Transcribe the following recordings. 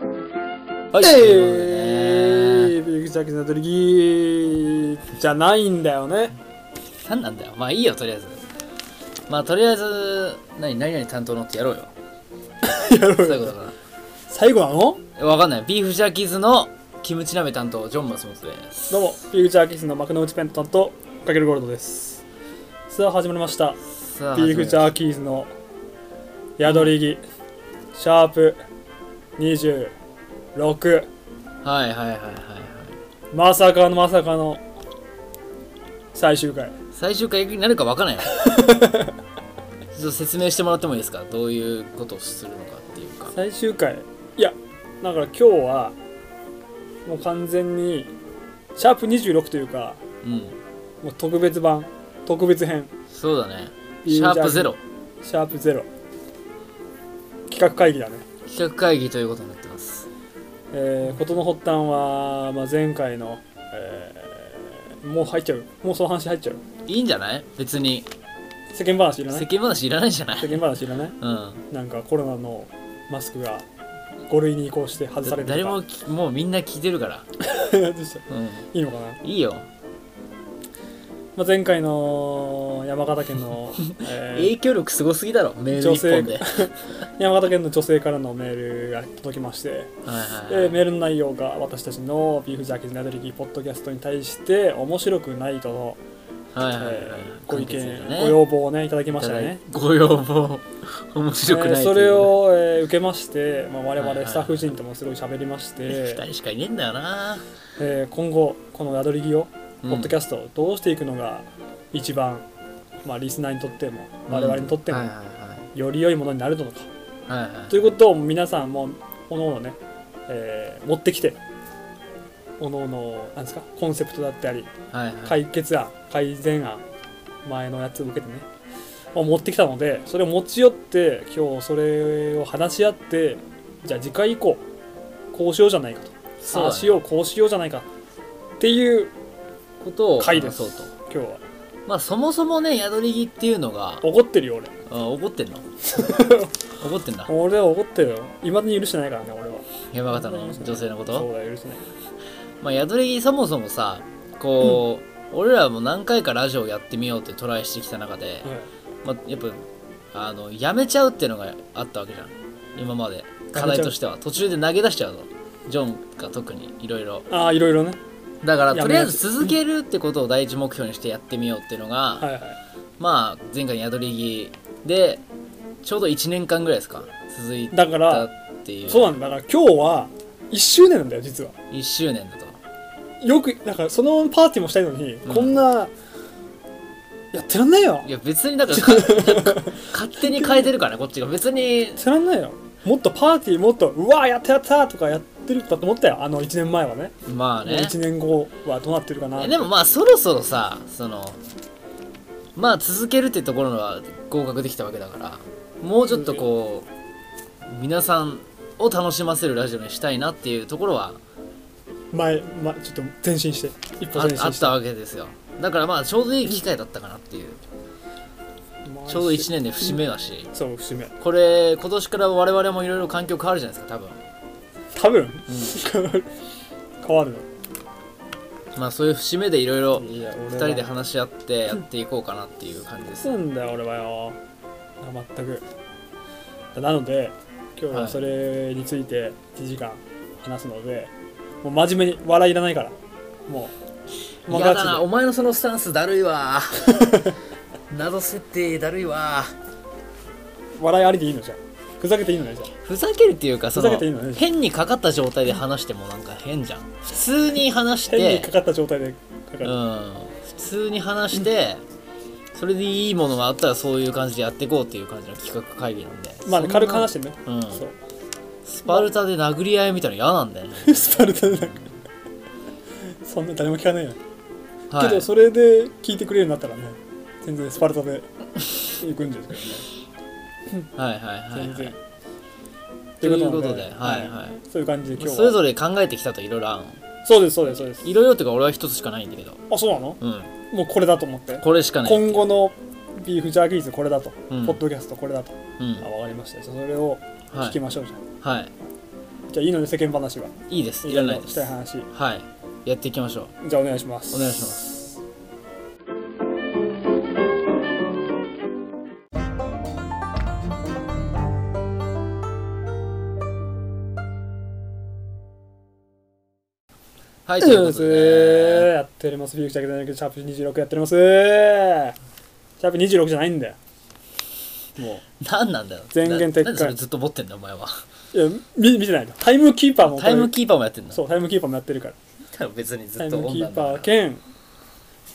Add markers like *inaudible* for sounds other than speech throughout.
はい、えビッグジャッキーの鳥ギーじゃないんだよね何なんだよまあいいよとりあえずまあとりあえず何何々担当のってやろうよ *laughs* やそろうよういうことかな最後なのえわかんないビーフジャーキーズのキムチ鍋担当ジョン・マスモスですどうもビッグジャーキーズの幕の内ペンタとかけるゴールドですさあ始まりましたさあビーフジャーキーズの宿り木シャープ26はいはいはいはいはいまさかのまさかの最終回最終回になるかわかんない *laughs* ちょっと説明してもらってもいいですかどういうことをするのかっていうか最終回いやだから今日はもう完全にシャープ26というかうんもう特別版特別編そうだねビーシフジャャーキープゼロシャープ0企画会議だね企画会議ということになってますえー、事の発端は、まあ、前回の、えーもう入っちゃうもうその話入っちゃういいんじゃない別に世間話いらな世い間話いらないんじゃない世間話いらないうんなんかコロナのマスクが5類に移行して外されるとか誰もきもうみんな聞いてるから、 *laughs* どうしたういいのかな、ん、いいよまあ、前回の山形県の、えー影響力すごすぎだろメール一本ではい山形県の女性からのメールが届きまして、はいはいでメールの内容が私たちのビーフジャーキーズナドリキポッドキャストに対して面白くないとの、はいはいはいえーご意見、簡潔ごにね要望をねいただきましたね。ご要望面白くないえーというそれを、えー受けまして、まあ、我はいはい々スタッフ陣ともすごい喋りまして、 2人しかいねえんだよな、えー今後この宿り着をうポんッドキャストをどうしていくのが一番、まあ、リスナーにとっても我々にとっても、うんはいはいより良いものになるのかはいはいはいということを皆さんもおのおのね、えー持ってきておのおのなんですかコンセプトだったりはいはい解決案改善案前のやつを受けてねを持ってきたのでそれを持ち寄って今日それを話し合ってじゃあ次回以降こうしようじゃないかとそうあだあねしようこうしようじゃないかっていうことを回話ですそうと今日はまあそもそもね宿り木っていうのが怒ってるよ俺あ怒ってん *laughs* の怒ってんだ俺は怒ってるよいまだに許してないからね俺は山形の女性のことそうだよ許してないまあ、宿り木そもそもさこう、俺らも何回かラジオやってみようってトライしてきた中で、まあ、やっぱあのやめちゃうっていうのがあったわけじゃん今まで課題としては途中で投げ出しちゃうのジョンが特にいろいろああいろいろねだからとやめりやあえすず続けるってことを第一目標にしてやってみようっていうのが、はいはいまあ前回の宿り木でちょうど1年間ぐらいですか続いだかたらっていうそうなんだだから今日は1周年なんだよ実は1周年だとよくだからそのパーティーもしたいのに、んこんなやってらんないよやいや別にだからか *laughs* 勝手に変えてるからこっちが別にってらんないよもっとパーティーもっとうわーやったやったとかやってるだと思ったよあの1年前はねまあね1年後はどうなってるかなえでもまあそろそろさそのまあ続けるってところは合格できたわけだからもうちょっとこう皆さんを楽しませるラジオにしたいなっていうところは前、ま、ちょっと前進して一歩あ前あ進っしてたわけですよだからまあちょうどいい機会だったかなっていうまあちょうど1年で節目だしそう節目これ今年から我々もいろいろ環境変わるじゃないですか多分多分、 *laughs* 変わるまあそういう節目でいろいろのいや俺は2人で話し合ってやっていこうかなっていう感じですそうなんだよ俺はよ全くなので今日はそれについて1時間話すので、もう真面目に笑いいらないからもうもう嫌ガチだでなお前のそのスタンスだるいわ *laughs* 謎設定だるいわ笑いありでいいのじゃんふざけていいのねじゃあふざけるっていうかそふざのけていいのね変にかかった状態で話してもなんか変じゃん普通に話し変にてかかった状態でかかうる、ん普通に話してそれでいいものがあったらそういう感じでやっていこうっていう感じの企画会議なんでまあね軽く話しててね、うんそうスパルタで殴り合いみたいなの嫌なんだよねスパルタでなんかそんな誰も聞かないよ、はいけどそれで聞いてくれるようになったらね全然スパルタで行くんですけどねはいはいはい全然、はいということでというはいはいそういう感じで今日はそれぞれ考えてきたといろいろあんそうですそうですそうですいろいろっていうか俺は一つしかないんだけどあそうなのうんもうこれだと思ってこれしかない今後のビーフジャーキーズこれだと、うんポッドキャストこれだと、うんあわかりましたじゃあそれをは聞きいましょうじゃん、はいじゃあいいのね世間話はいいですいらないでしすたい話はいやっていきましょうじゃあお願いしますお願いしますはいということうで、ーやっております。フィクチャーじゃないけど、シャープ26やっております。シャープ26じゃないんだよ。も何なんだよ前言撤回ななんでそれずっと持ってんだお前はう。いや、見見てないの。タイムキーパーもこタれイムキーパーもやってんだそう、タイムキーパーもやってるから。別にずタっイとムオンキなーんパだー兼、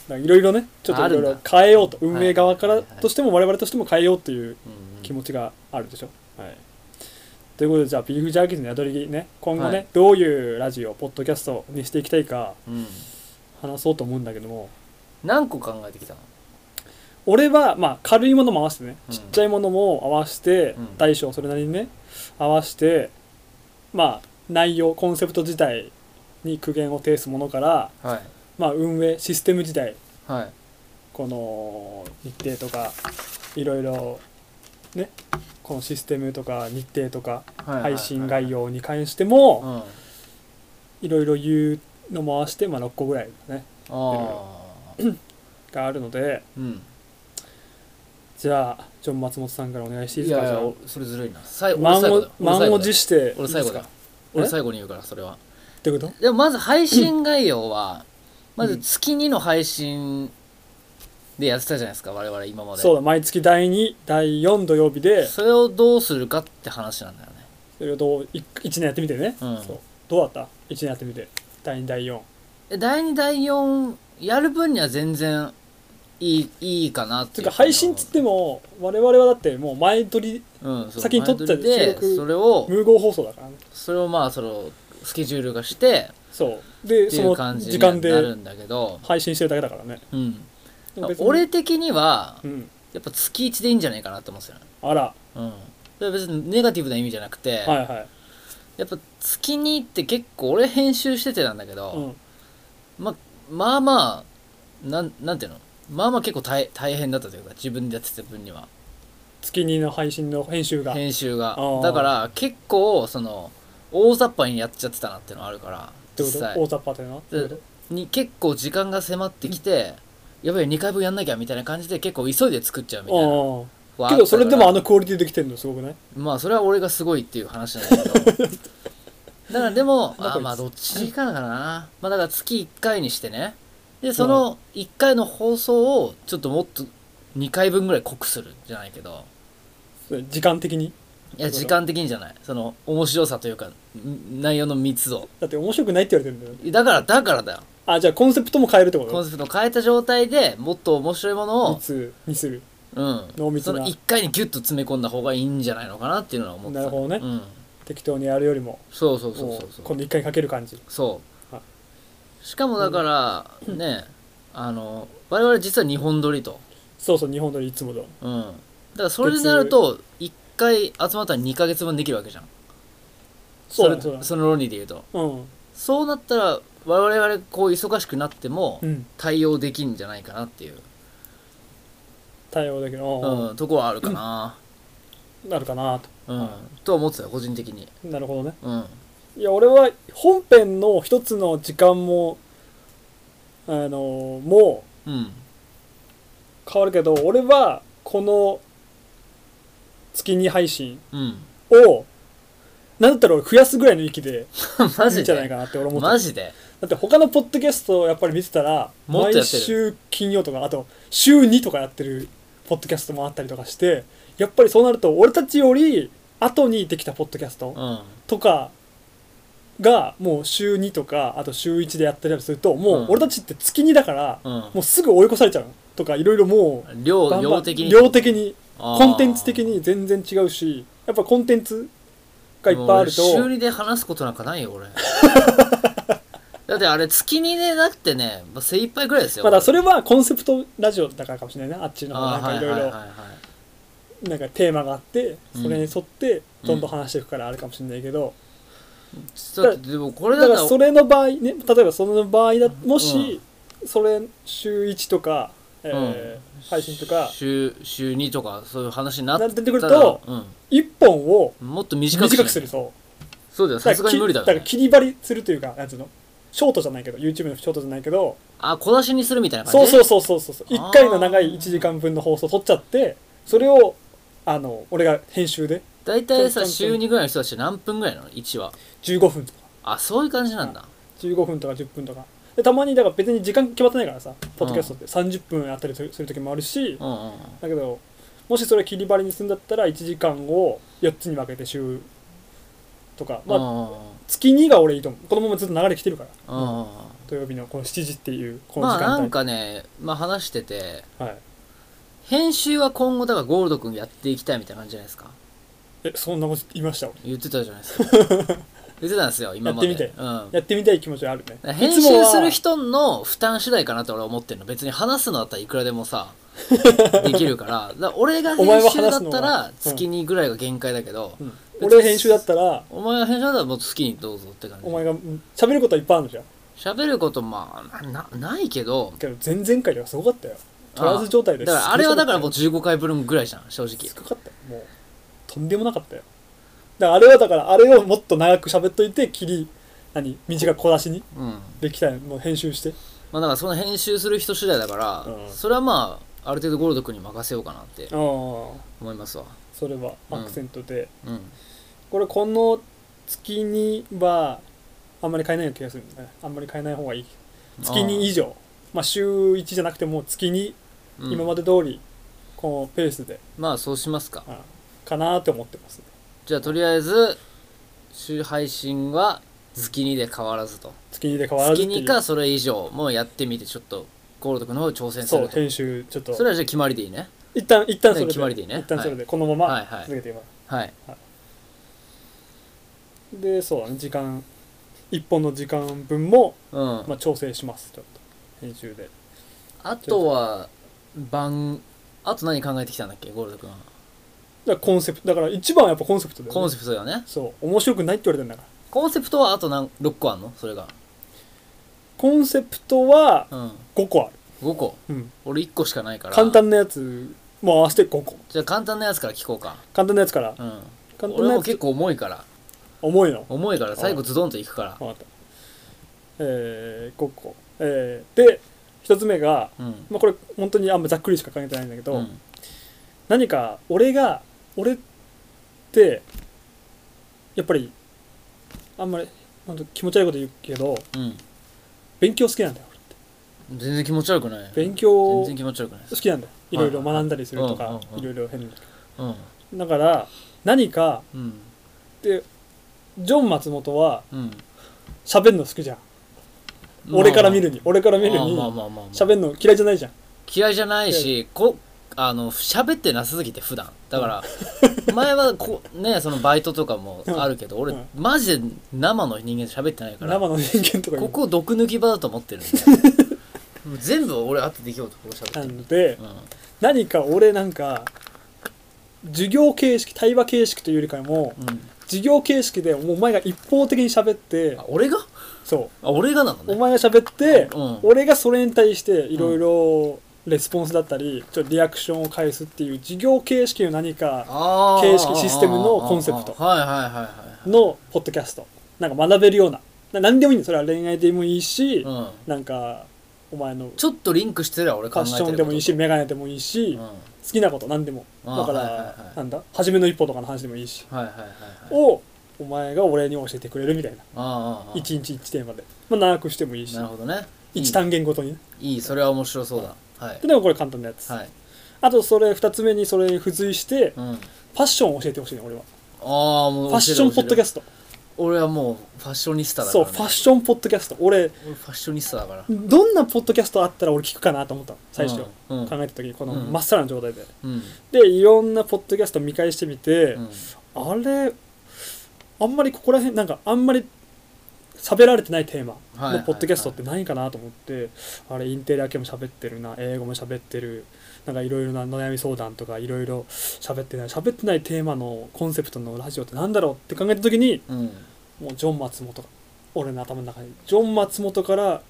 なんかいろいろね、ちょっといろいあるろんだ変えようと、運営側かはらいはいはいとしても、我々としても変えようといううん気持ちがあるでしょ。はい。ということで、じゃあ、ビーフジャーキーズの宿りね、今後はねい、どういうラジオ、ポッドキャストにしていきたいかうん話そうと思うんだけども、何個考えてきたの俺はまあ軽いものも合わせてね、うんちっちゃいものも合わせて、うん大小それなりにね合わせてまあ内容コンセプト自体に苦言を呈すものから、はいまあ、運営システム自体はいこの日程とかいろいろねこのシステムとか日程とかはい配信概要要に関してもうんあいろいろ言うのも合わせて、まあ、6個ぐらいねあがあるので *laughs* うんじゃあジョン松本さんからお願いしていいいですかやいじゃやあそれずるいなさい俺満最後をだよ満を持して俺最後だよいいですか俺最後に言うからそれはってことでもまず配信概要はうんまず月2の配信でやってたじゃないですか我々今までそうだ毎月第2第4土曜日でそれをどうするかって話なんだよねそれをどうい1年やってみてね、うんそうどうだった1年やってみて第2第4で第2第4やる分には全然いいいいかなってついううか配信っつっても我々はだってもう前撮りうんそう先に撮った前撮り収で録それを無言放送だからねそれをまあそのスケジュールがしてそうでってそいうの感じ時には間なでるんだけど、配信してるだけだからねうん、でも別に俺的にはうんやっぱ月1でいいんじゃないかなって思うんですよね、あらうん、それは別にネガティブな意味じゃなくて、はいはいやっぱ月2って結構俺編集しててなんだけうど、んまあまあなんなんていうのまあまあ結構大大変だったというか自分でやってた分には月2の配信の編集が編集があーだから結構その大雑把にやっちゃってたなっていうのはあるからってこと実際大雑把というのはってことでに結構時間が迫ってきて、やばい2回分やんなきゃみたいな感じで結構急いで作っちゃうみたいなうんわーけどそれでもあのだかクオリティできてるのすごくないらまあそれは俺がすごいっていう話なんだけど *laughs* だからでもなんかあーまあどっちかなかなまあだから月1回にしてねでその1回の放送をちょっともっと2回分ぐらい濃くするじゃないけど時間的にいや時間的にじゃないその面白さというかん内容の密度だって面白くないって言われてるんだよだからだからだよあじゃあコンセプトも変えるってこコンとセプトを変えた状態でもっと面白いものを、密にするうん、濃密そなの1回にギュッと詰め込んだ方がいいんじゃないのかなっていうのは思ってたなるほどねうん、適当にやるよりもそうそうそうもそううそう今度一回かける感じそうはしかもだからねあの我々実は2本撮りと、そうそう日本撮りいつものうん、だからそれになると1回集まったら2ヶ月分できるわけじゃんそうだれねそうだねその論理で言うとうんそうなったら我々こう忙しくなってもうん対応できんじゃないかなっていう、対応できるうん、とこはあるかな、うんなるかなとうんうんとは思ってたよ個人的に、なるほどねうん、いや俺は本編の一つの時間もあのもうん。う変わるけど俺はこの月に配信うん。をなんだったら俺増やすぐらいの域でマいいジんじゃないでかなって俺思ってるマジでだって他のポッドキャストをやっぱり見てたらもっとや毎ってる週金曜とかあと週2とかやってるポッドキャストもあったりとかしてやっぱりそうなると俺たちより後にできたポッドキャストうん。とかがもう週2とかあと週1でやってたりするともう俺たちって月2だからう。もうすぐ追い越されちゃうとかいろいろもうん量、バンバン量的に。量的にあー、コンテンツ的に全然違うしやっぱコンテンツがいっぱいあるともう俺週二で話すことなんかないよ、俺。 *laughs* だってあれ、月にね、だってね、まあ、精一杯ぐらいですよ。まあだからそれはコンセプトラジオだからかもしれないなあっちの方があなんーはかいいはいはいろいろはい。なんかテーマがあってうんそれに沿ってどんどん話していくからあるかもしれないけど、ちょっと、でもこれだだっかたらら、それの場合ね例えばその場合だもし、それ週1とか、えー配信とか週、週二とか、そういう話になっなたってくるらと、うん。 1本をもっと短くしない短くするそうそうだよさすがに無理だだよ、ね、から切り張りするというかなんつうのショートじゃないけど YouTube のショートじゃないけどあ小出しにするみたいな感そうじそうそうそうそうあー1回の長い1時間分の放送撮っちゃってそれをあの俺が編集で大体ちょんちょんさちょん週2ぐらいの人たち何分ぐらいなの1話15分とかあそういう感じなんだ15分とか10分とかでたまにだから別に時間決まってないからさポッドキャストって30分あったりするする時もあるしうんうんうんだけどもしそれ切り張りにするんだったら1時間を4つに分けて週とかまうあんうん月2が俺いいと思うこのままずっと流れ来てるからうんうん土曜日のこの7時っていうこのまあ時間な帯、んかね、まあ、話しててはい、編集は今後だからゴールド君やっていきたいみたいな感じじゃないですかえそんなこと言いました俺言ってたじゃないですか *laughs* 言ってたんですよ今までやってみてうんやってみたい気持ちはあるね編いつも集はする人の負担次第かなって俺は思ってるの別に話すのだったらいくらでも *laughs* さできるからだから俺がお前編は集だ話すっのたはら月にぐらいが限界だけど、うん俺編集だったらお前が編集だったらもう好きにどうぞって感じお前がうん喋ることはいっぱいあるじゃん喋ることまあななないけどけど前々回ではすごかったよトラウズ状態でだすからあれはだからもうす15回分ぐらいじゃん正直ごかったよもうとんでもなかったよだからあれはだからあれをもっと長く喋っといて切り何短く小出しにうんできたのもう編集してまあだからその編集する人次第だから、うんそれはまあある程度ゴールド君に任せようかなってああ思いますわそれはアクセントで、うんこれこの月にはあんまり変えないような気がするんだねあんまり変えない方がいい月に以上まあ週1じゃなくても月にうん今まで通りこのペースで、まあそうしますかうんかなーって思ってますねじゃあとりあえず週配信は月にで変わらずと月にで変わらず月っていにうかそれ以上もうやってみてちょっとゴールド君の方を挑戦すそうると編集ちょっとそれはじゃあ決まりでいいね一旦一旦それで決まりでいいね一旦それはでこのまはいまはい続けています、はいでそうだね時間一本の時間分も、うんまあ、調整しますちょっと編集であとは番あと何考えてきたんだっけゴールド君はだからコンセプトだから一番はやっぱコンセプトだよ、ね、コンセプトだよねそう面白くないって言われてんだからコンセプトはあと何6個あんのそれがコンセプトはうん5個あ5個る、うん、俺1個しかないから簡単なやつもう合わせて5個じゃあ簡単なやつから聞こうか簡単なやつからうん簡単俺なもや結つ構重いから重いの重いから最後ズドンといくから分かったえー、5個えー、で1つ目が、うんまあ、これ本当にあんまざっくりしか考えてないんだけど、うん何か俺が俺ってやっぱりあんまりほんと気持ち悪いこと言うけどうん勉強好きなんだよ俺って全然気持ち悪くない勉全強好然気持ち悪くないですきなんだよいろいろ学んだりするとうんかうんうんいろいろ変にうんだから何かうんでジョン松本はうん喋るの好きじゃん俺から見るに俺から見るまあにまあまあまあまあ喋るの嫌いじゃないじゃん嫌いじゃないしこあの喋ってなさすぎて普段だ *laughs* から前はこねそのバイトとかもあるけど俺うんマジで生の人間と喋ってないから生この人間とか言うこ毒抜き場だと思って *laughs* るんでもう全部俺後できようとこう喋なってるのでうん何か俺なんか授業形式対話形式というよりかもうん授業形式でもうお前が一方的に喋ってあ俺がそあ俺がなのうおね前が喋ってうん俺がそれに対していろいろレスポンスだったりちょっとリアクションを返すっていう授業形式の何かあー形式システムのコンセプトはいはいはいはいのポッドキャストなんか学べるようなな何でもいいんだよそれは恋愛でもいいし、うんなんかお前のちょっとリンクしてるわ俺フ考ァえッてシることョンでもいいし眼鏡でもいいし、うん好はいきなこと何でもあーだから、はいはいはいなんだ初めの一歩とかの話でもいいし、はいはいはいをお前が俺に教えてくれるみたいなあーあーあー1日1テーマで、まあ、長くしてもいいしなるほどねいい1単元ごとにねいいそれは面白そうだはいででもこれ簡単なやつ、はいあとそれ2つ目にそれに付随してうんあファッションを教えてほしいね俺はあもうファッションポッドキャスストト俺はもうファッショニスタだから、そうね、ファッションポッドキャスト俺俺ファッショニスタだからどんなポッドキャストあったら俺聞くかなと思ったの最初、うんうん考えた時にこのうんまっさらな状態で、うんでいろんなポッドキャスト見返してみて、うんあれあんまりここら辺なんかあんまり喋られてないテーマはいはいのポッドキャストって何かなと思って、あれインテリア系も喋ってるな英語も喋ってるなんかいろいろな悩み相談とかいろいろ喋ってない喋ってないテーマのコンセプトのラジオってなんだろうって考えた時にうんもうジョン・松本が俺の頭の中にジョン・松本から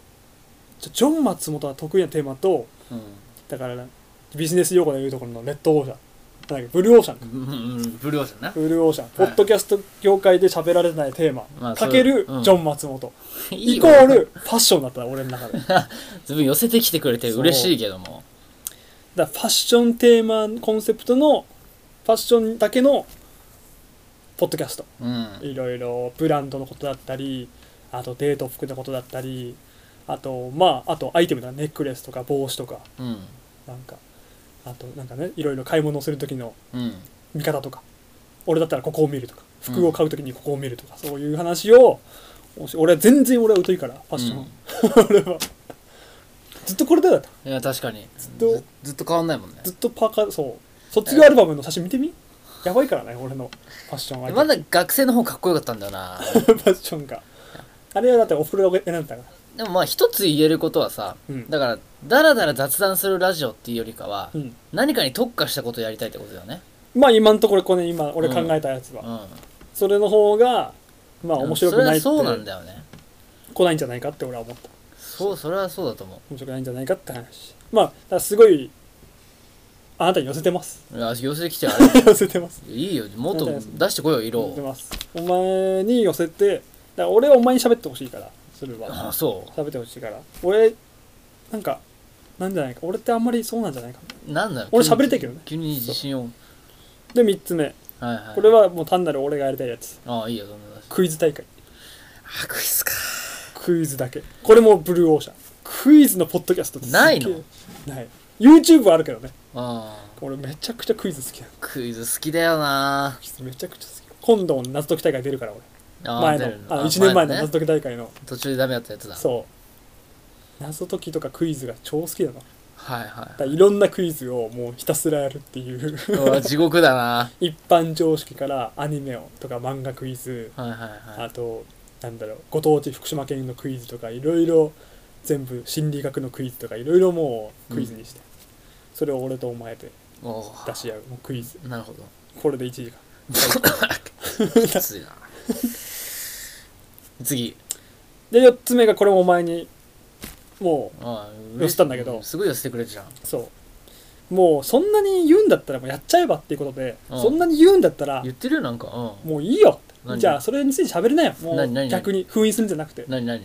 ちょジョン・松本は得意なテーマとうんだからビジネス用語でいうところのレッドオーシャンなんだっけブルーオーシャンかうんうんブルーオーシャンなブルーオーシャン、ポッドキャスト業界で喋られてないテーマ、まあかける、そううんジョン松本いいイよコールファッションだったら俺の中でだか自分寄せてきてくれて嬉しいけどもらファッションテーマコンセプトのファッションだけのポッドキャストうんいろいろブランドのことだったりあとデート服のことだったりあとまああとアイテムだネックレスとか帽子とかうんなんかあとなんかねいろいろ買い物をする時のうん見方とか俺だったらここを見るとか服を買う時にここを見るとか、そういう話をもし俺は全然俺は疎いからファッション、うん *laughs* 俺はずっとこれだよだったいや確かにずとずっと変わんないもんねずっとパーカーそう卒業アルバムの写真見てみやばいからね俺のファッションあれ、まだ学生の方かっこよかったんだよな *laughs* ファッションがあれはだってお風呂が選んだからでもまあ一つ言えることはさうんだからだらだら雑談するラジオっていうよりかはうん何かに特化したことをやりたいってことだよねまあ今のところこれ今俺考えたやつは、うんそれの方がまあ面白くないってそれはそうなんだよね来ないんじゃないかって俺は思ったそうそれはそうだと思面白くないんじゃないかって話まあだからすごいあなたに寄せてます *laughs* ういや寄せてきてあれ *laughs* 寄せてますいいよもっ *laughs* と出してこいよ色寄せてをますお前に寄せてだから俺はお前に喋ってほしいからそれあはそ喋ってほしいから俺なんかなんじゃないか俺ってあんまりそうなんじゃないかうなんだよ俺喋りたいけどね急に自信をで3つ目はいはいこれはもう単なる俺がやりたいやつああいいよそんな出してクイズ大会あクイズかクイズだけこれもブルーオーシャンクイズのポッドキャストってすっげえないのない YouTube はあるけどねああ俺めちゃくちゃクイズ好きなのクイズ好きだよなクイズめちゃくちゃ好き今度も謎解き大会出るから俺あ前出のるあの1年前のね謎解き大会の途中でダメだったやつだそう謎解きとかクイズが超好きだなだかはいはらいろんなクイズをもうひたすらやるっていういうわ地獄だな一般常識からアニメをとか漫画クイズはいはいはいあとなんだろうご当地福島県のクイズとかいろいろ全部心理学のクイズとかいろいろもうクイズにして、それを俺とお前でお出し合うもうクイズーなるほどこれで1時間 *laughs* きつい *laughs* な次で4つ目がこれもお前にもああ寄せたんだけどすごい寄せてくれるじゃんうそうもうそんなに言うんだったらもうやっちゃえばっていうことで、うんそんなに言うんだったら言ってるよなんかうんもういいよ何じゃあそれについて喋れないよも何何う逆に封印するんじゃなくて何何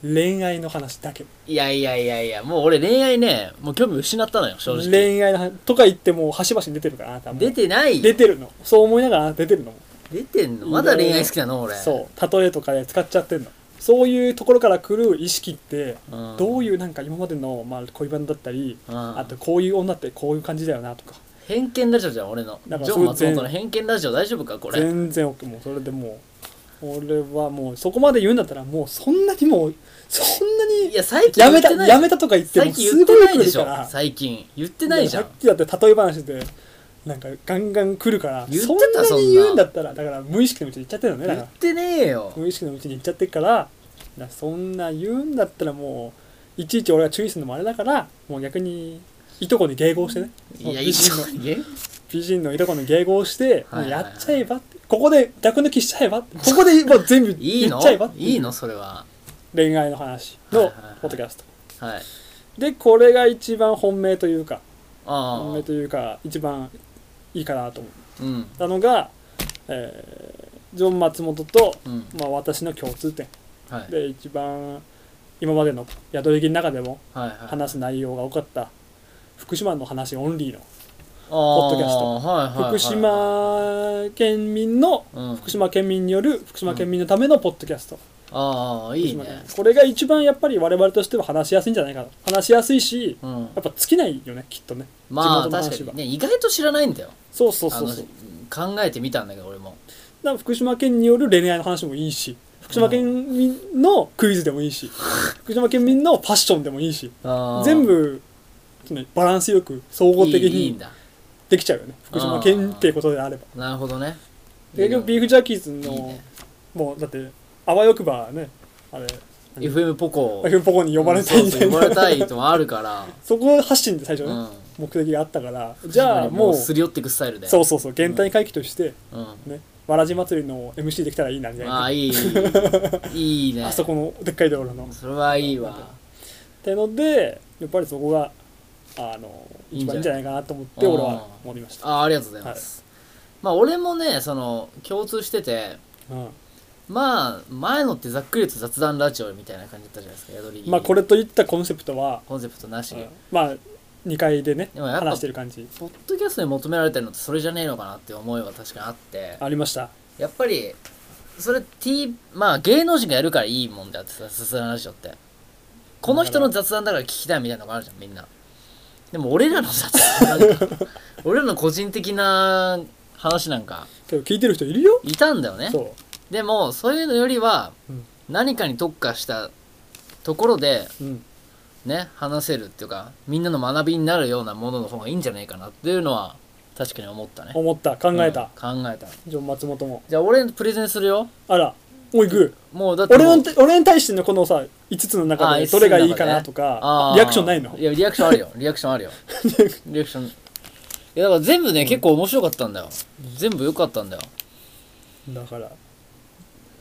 恋愛の話だけいやいやいやいやもう俺恋愛ねもう興味失ったのよ正直恋愛の話とか言ってもう端々に出てるからあなたも出てない出てるのそう思いながらあなた出てるの出てんのまだ恋愛好きなの俺そう例えとかで使っちゃってんのそういうところから来る意識ってうんどういうなんか今までのまあ恋バナだったりうんあとこういう女ってこういう感じだよなとか偏見ラジオじゃん俺のジだからョン松そう本の偏見ラジオ大丈夫かこれ全然 OK もうそれでもう俺はもうそこまで言うんだったらもうそんなにもうそんなにいや最近や言めってたないやめたとか言って最も近言すってごいない来でるしょから最近言ってないじゃんさっきだって例え話でなんかガンガン来るから言ってそんたなそんなに言うんだったらだから無意識のうちに言っちゃってるのねだ言かっらてねえよ無意識のうちに言っちゃってるからだからそんな言うんだったらもういちいち俺が注意するのもあれだからもう逆にいとこに迎合してねいやもいうい美じ人ゃのんいや美人のいとこに迎合してはいはもういはいやっちゃえばってここで逆抜きしちゃえ *laughs* ばってここでもう全部いい言っのちゃえばっていいのそれは恋愛の話はいのはいはいポッドキャストはいでこれが一番本命というかあ本あ命というか一番いいかなと思うんったのが、えージョン松本と、うんまあ、私の共通点はいで一番今までの宿り木の中でもはいはい話す内容が多かった福島の話オンリーのポッドキャストはいはいはい福島県民のうん福島県民による福島県民のためのポッドキャスト、ああいい福島県ね民これが一番やっぱり我々としては話しやすいんじゃないかな話しやすいしうんやっぱ尽きないよねきっとねま地あ元の確話かはにね意外と知らないんだよそうそうあそうのそう考えてみたんだけど俺もだから福島県による恋愛の話もいいし福島県民のクイズでもいいし、福島県民のファッションでもいいしああ全部ちょっとねバランスよく総合的いいいいんにだできちゃうよね福島県っていうことであればなるほどね結局ビーフジャーキーズいいのねもうだってあわよくばねあれ FM ポコフポコ *laughs* に呼ばれたいみたいそうそう呼ばれなたいともあるから *laughs* そこ発信で最初うねん目的があったからじゃあもうすり寄っていくスタイルでそうそうそう原体回帰としてうんねわらじ祭りの MC できたらいいなみたいああないい *laughs* いいねあそこのでっかい道路のそれはいいわってのでやっぱりそこがあのいい一んじゃない番いいんじゃないかなと思って俺は思いましたあありがとうございます、まあ俺もねその共通しててうんまあ前のってざっくり言うと雑談ラジオみたいな感じだったじゃないですか宿りまあこれといったコンセプトは、コンセプトなしうで、んまあ2階でねでもやっぱ話してる感じポッドキャストに求められてるのってそれじゃねえのかなって思いは確かにあってありましたやっぱりそれ T まあ芸能人がやるからいいもんだってさ雑談ラジオってこの人の雑談だから聞きたいみたいなのがあるじゃんみんなでも俺らの雑談なん *laughs* か俺らの個人的な話なんかけど聞いてる人いるよいたんだよねそでもそういうのよりは、うん何かに特化したところでう、うん、ね話せるっていうかみんなの学びになるようなものの方がいいんじゃないかなっていうのは確かに思ったね思った考えた、うん考えたジョン松本もじゃあ俺プレゼンするよあらもう行くもうだって俺もうの俺に対してのこのさ5つの中あで五つのど中れでがいいかなとかあーリアクションないのいやリアクションあ *laughs* るよリアクションあるよリアクションいやだから全部ね、結構面白かったんだよ全部良かったんだよだから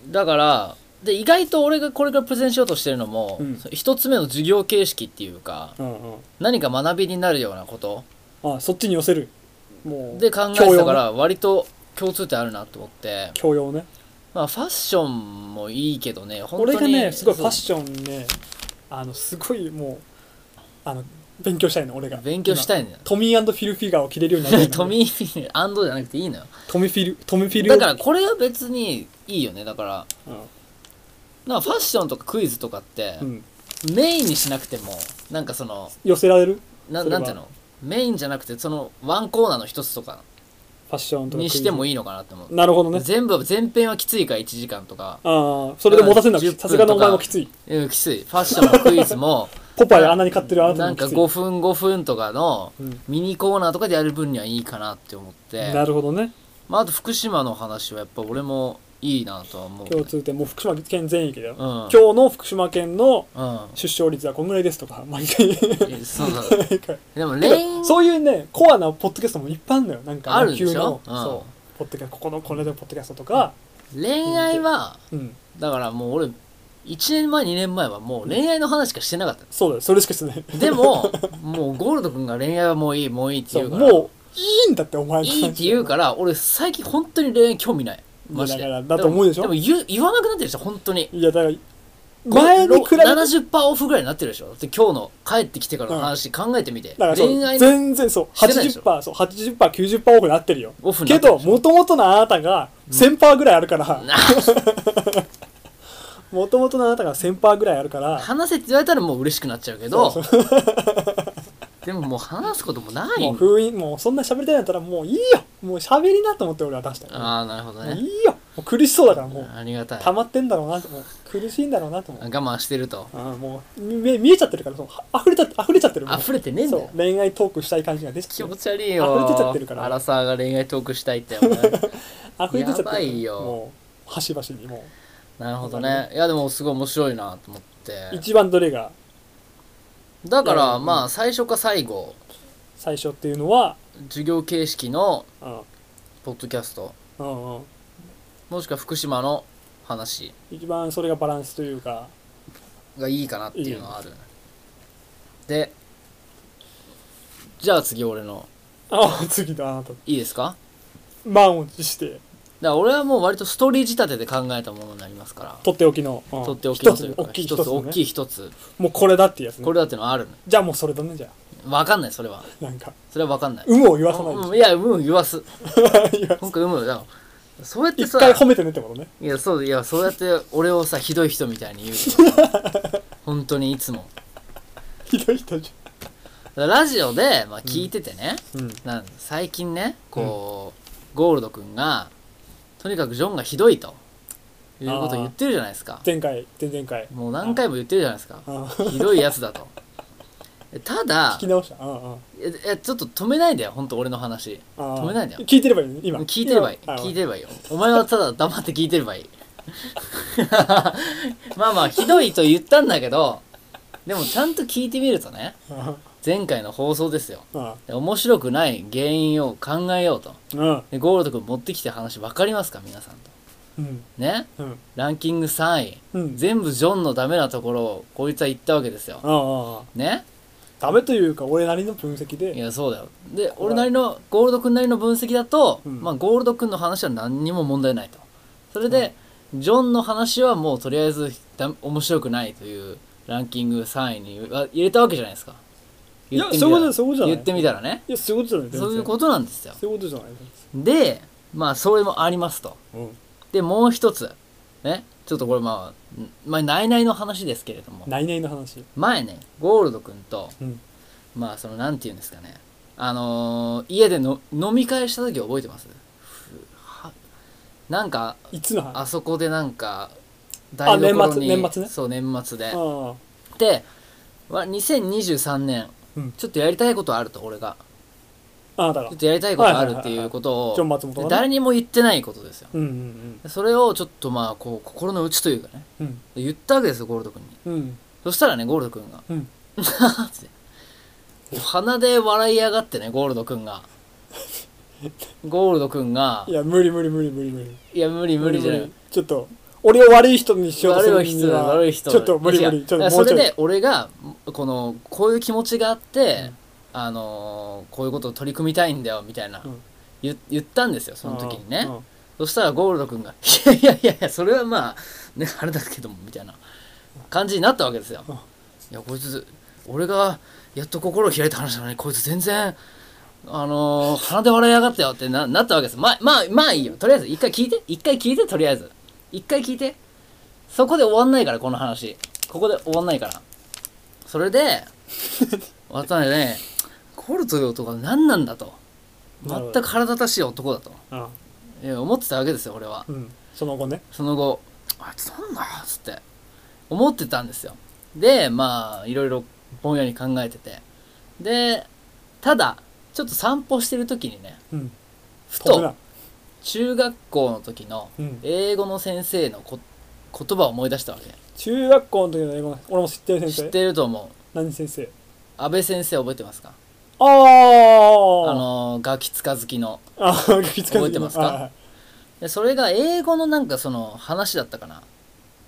だからで意外と俺がこれからプレゼンしようとしてるのも、うん一つ目の授業形式っていうかうんうん何か学びになるようなことあそっちに寄せるもうで考えてたから割と共通点あるなと思って、教養ねまあ、ファッションもいいけどね本当俺にがねすごいファッョションねあのすごいもうあの勉強したいの俺が勉強したい *laughs* んだよ今トミーフィルフィガーを着れるようになりたいの *laughs* トミーアンドじゃなくていいのよトミフィルトミフィルだからこれは別にいいよねだからうなんかファッションとかクイズとかって、んうんメインにしなくてもなんかその寄せられるフなそれなはんていうのメインじゃなくてそのワンコーナーの一つとかァッションとかにしてもいいいのかなって思う、なるほどね全部全編はきついから1時間とかああそれで持たせるの10分はとかさすがのお前もきついうんきついファッションもクイズ *laughs* もポパイあんなに買ってるあなたなもんきかつい5分5分とかのうんミニコーナーとかでやる分にはいいかなって思って、なるほどねまあ、あと福島の話はやっぱ俺もいいなとは思う、共通点もう福島県全域だよ、うん今日の福島県のうん出生率はこんぐらいですとか毎回 *laughs* えそうそう毎回でもレイン *laughs* そういうねコアなポッドキャストもいっぱいあるのよなんかあるでしょ野球のうんそうポッドキャストここのこの間のポッドキャストとか恋愛はうんだからもう俺1年前2年前はもう恋愛の話しかしてなかったそうだよそれしかしてないで *laughs* ももうゴールド君が恋愛はもういいもういいってそ言ううからもういいんだってお前の話いいって言うから俺最近本当に恋愛興味ないマジでいやだからだと思うでしょもも言う言わなくなってるでしょ本当にいやだから前に比べて70%オフぐらいになってるでしょで今日の帰ってきてからの話考えてみて、だからそう恋愛の全然そうしてないでしょ80%そう80%、90%オフになってるよオフになけってるどでしょもともとのあなたが1000%ぐらいあるから *laughs* もともとのあなたが1000%ぐらいあるから話せって言われたらもう嬉しくなっちゃうけどでももう話すこともないもう封印もうそんな喋りたいんだったらもういいよもう喋りなと思って俺は出したよああなるほどもうねいいよもう苦しそうだからもうありがたい溜まってんだろうなともう苦しいんだろうなと思う我慢してるとうんもう見見えちゃってるからそのあ溢れた溢れちゃってるもう溢れてねえんだそうよ恋愛トークしたい感じが出ち気ゃって持るち悪いよ溢れ出ちゃってるからアラサーが恋愛トークしたいって *laughs* 思う溢れ出ちゃってるからやばいよもう端々にもなるほどねいやでもすごい面白いなと思ってう一番どれがだかいやらうんまあ最初か最後最初っていうのは授業形式のうんポッドキャストうんうんもしくは福島の話一番それがバランスというかがいいかなっていうのはあるでじゃあ次俺のあ次だあなたいいですか満を持してだから俺はもう割とストーリー仕立てで考えたものになりますからとっておきの、うんとっておき一のつというか大きい一一つつ,、大ね、きい一つもうこれだっていうやつねこれだってのはあるじゃあもうそれだねじゃわかんないそれはあなんかそれはわかんない有無を言わさないでうんいやうん言わす *laughs* 言わ今回うんだからそうやって一回さ褒めてねってことねいやそういやそうやって俺をさひどい人みたいに言う *laughs* の本当にいつもひどい人じラジオで、まあ、聞いててね、ゃんうんなん最近ねこう、ゴールド君がとにかくジョンがひどいということを言ってるじゃないですか前回前々回もう何回も言ってるじゃないですかうんひどいやつだ *laughs* とただ聞き直したうんうんええちょっと止めないでよ本当俺の話止めないんだよ聞いてればいいね今聞いてればいい今あ聞いてればいいよお前はただ黙って聞いてればい *laughs* いまあまあひどいと言ったんだけどでもちゃんと聞いてみるとねうん前回の放送ですようんで面白くない原因を考えようとうんでゴールド君持ってきて話分かりますか皆さんとうんねうんランキング3位うん全部ジョンのダメなところをこいつは言ったわけですよああねダメというか俺なりの分析いでやそうだよで俺なりのゴールド君なりの分析だと、うんまあ、ゴールド君の話は何にも問題ないとそれで、ジョンの話はもうとりあえずだ面白くないというランキング3位には入れたわけじゃないですかいや言ってみたらそういうことじゃない言ってみたらねいやそういうことじゃない全然そういうことなんですよそういうことじゃないでまあそれもありますとうんでもう一つねちょっとこれまあんまあ内々の話ですけれどもないないの話前ねゴールド君とうんまあそのなんていうんですかねあのー家での飲み会した時覚えてますふはなんかいつの話あそこでなんか台所に年末年末ねそう年末でああでわ2023年、うんちょっとやりたいことあると俺があなたがちょっとやりたいことあるっていうことジョンを松本でが誰ねにも言ってないことですようんうんそれをちょっとまあこう心の内というかねうん言ったわけですよゴールド君にうんうんそしたらねゴールド君がうんって鼻で笑いやがってねゴールドくんがゴールドくんがいや無理無理無理無理無理いや無理無理じゃな無いちょっと俺を悪い人にしようとする悪い人だには悪い人だちょっと無理無違理うちょっともそうちれょでい俺がこのこういう気持ちがあってうん、あのーこういうことを取り組みたいんだよみたいな、うん言言ったんですよその時にね、うんうんそしたらゴールドくんが「いやいやいやいやそれはまあ、ね、あれだけども」みたいな感じになったわけですようん。いやこいつ俺がやっと心を開いた話なのにこいつ全然あのー鼻で笑いやがったよってななったわけですまあまあまあいいよとりあえず一回聞いて一回聞いてとりあえず一回聞いてそこで終わんないからこの話ここで終わんないからそれ *laughs* で渡辺ねゴールドという男は何なんだとなる全ほどく腹立たしい男だとうんえー思ってたわけですよ俺はうんその後ねその後あいつなんだよっつって思ってたんですよでまあいろいろぼんやり考えててでただちょっと散歩してる時にねうんふ飛ぶとな中学校の時のうん英語の先生のこ言葉を思い出したわけ中学校の時の英語の俺も知ってる先知っ生てると思う何先生安倍先生覚えてますかあああのガキつかずきのあーガキ使い覚えてますかはいはいでそれが英語のなんかその話だったかな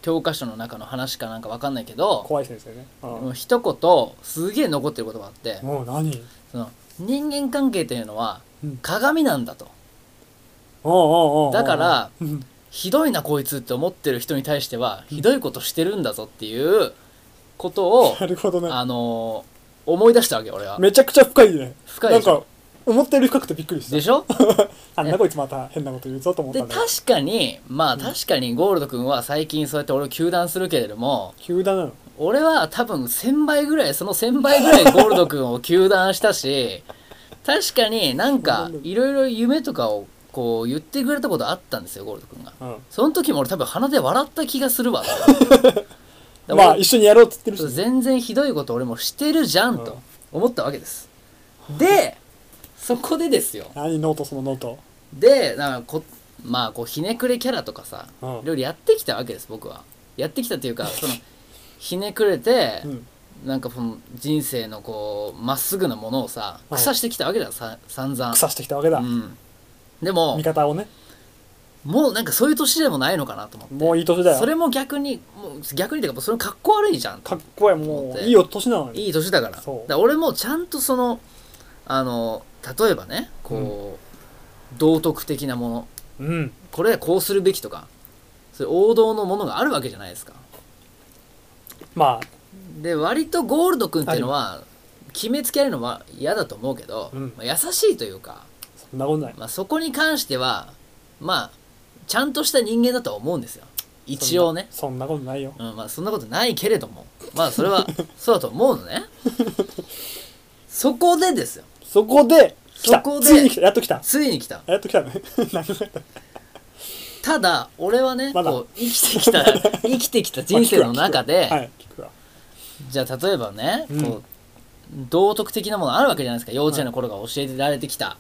教科書の中の話かなんかわかんないけど怖い先生ねうんもう一言すげえ残ってる言葉があってもう何その人間関係というのはうん鏡なんだとおうおうおうおうだからうんひどいなこいつって思ってる人に対してはひどいことしてるんだぞっていうことをなるほど *laughs* ねあのー思い出したわけ俺はめちゃくちゃ深いね深いでしなんょか思ったより深くてびっくりしでたし *laughs* ょあんなこいつまた変なこと言うぞと思っでたんだけど確かにまあ確かにゴールド君は最近そうやって俺を糾弾するけれども急だなの俺は多分1000倍ぐらいその1000倍ぐらいゴールド君を糾弾した *laughs* し確かになんかいろいろ夢とかをこう言ってくれたことあったんですよゴールド君がうんその時も俺多分鼻で笑った気がする *laughs* わだかまらあ一緒にやろうって言ってるし俺ね全然ひどいこと俺もしてるじゃんうんと思ったわけですでそこでですよ何ノートそのノートでなんかこまあこうひねくれキャラとかさうんいろいろやってきたわけです僕はやってきたというかそのひねくれて、うんなんかその人生のこうまっすぐなものをさうん腐してきたわけださ散々腐してきたわけだうんでも味方をねもうなんかそういう年でもないのかなと思ってもういい年だよそれも逆にもう逆にというかそれもかっこ悪いじゃんかっこいいも思っうていいお年なのにいい年だからそうだから俺もちゃんとそのあの例えばねこう、道徳的なものうんこれはこうするべきとかそういう王道のものがあるわけじゃないですかまで割とゴールド君っていうのは決めつけられるのは嫌だと思うけど、うんまあ優しいというか、あそんなことないまあ、そこに関してはまあちゃんとした人間だとは思うんですよ一応ねそんなそんなことないようんまあ、そんなことないけれどもまあそれ *laughs* はそうだと思うのねそこでですよそこで来そたこでついに来たやっと来たついに来たやっと来たね何だったただ俺はね、まだこう生きてき *laughs* た生きてきた人生の中で、まあ聞くわじゃあ例えばね、うんこう道徳的なものあるわけじゃないですか幼稚園の頃が教えてられてきた、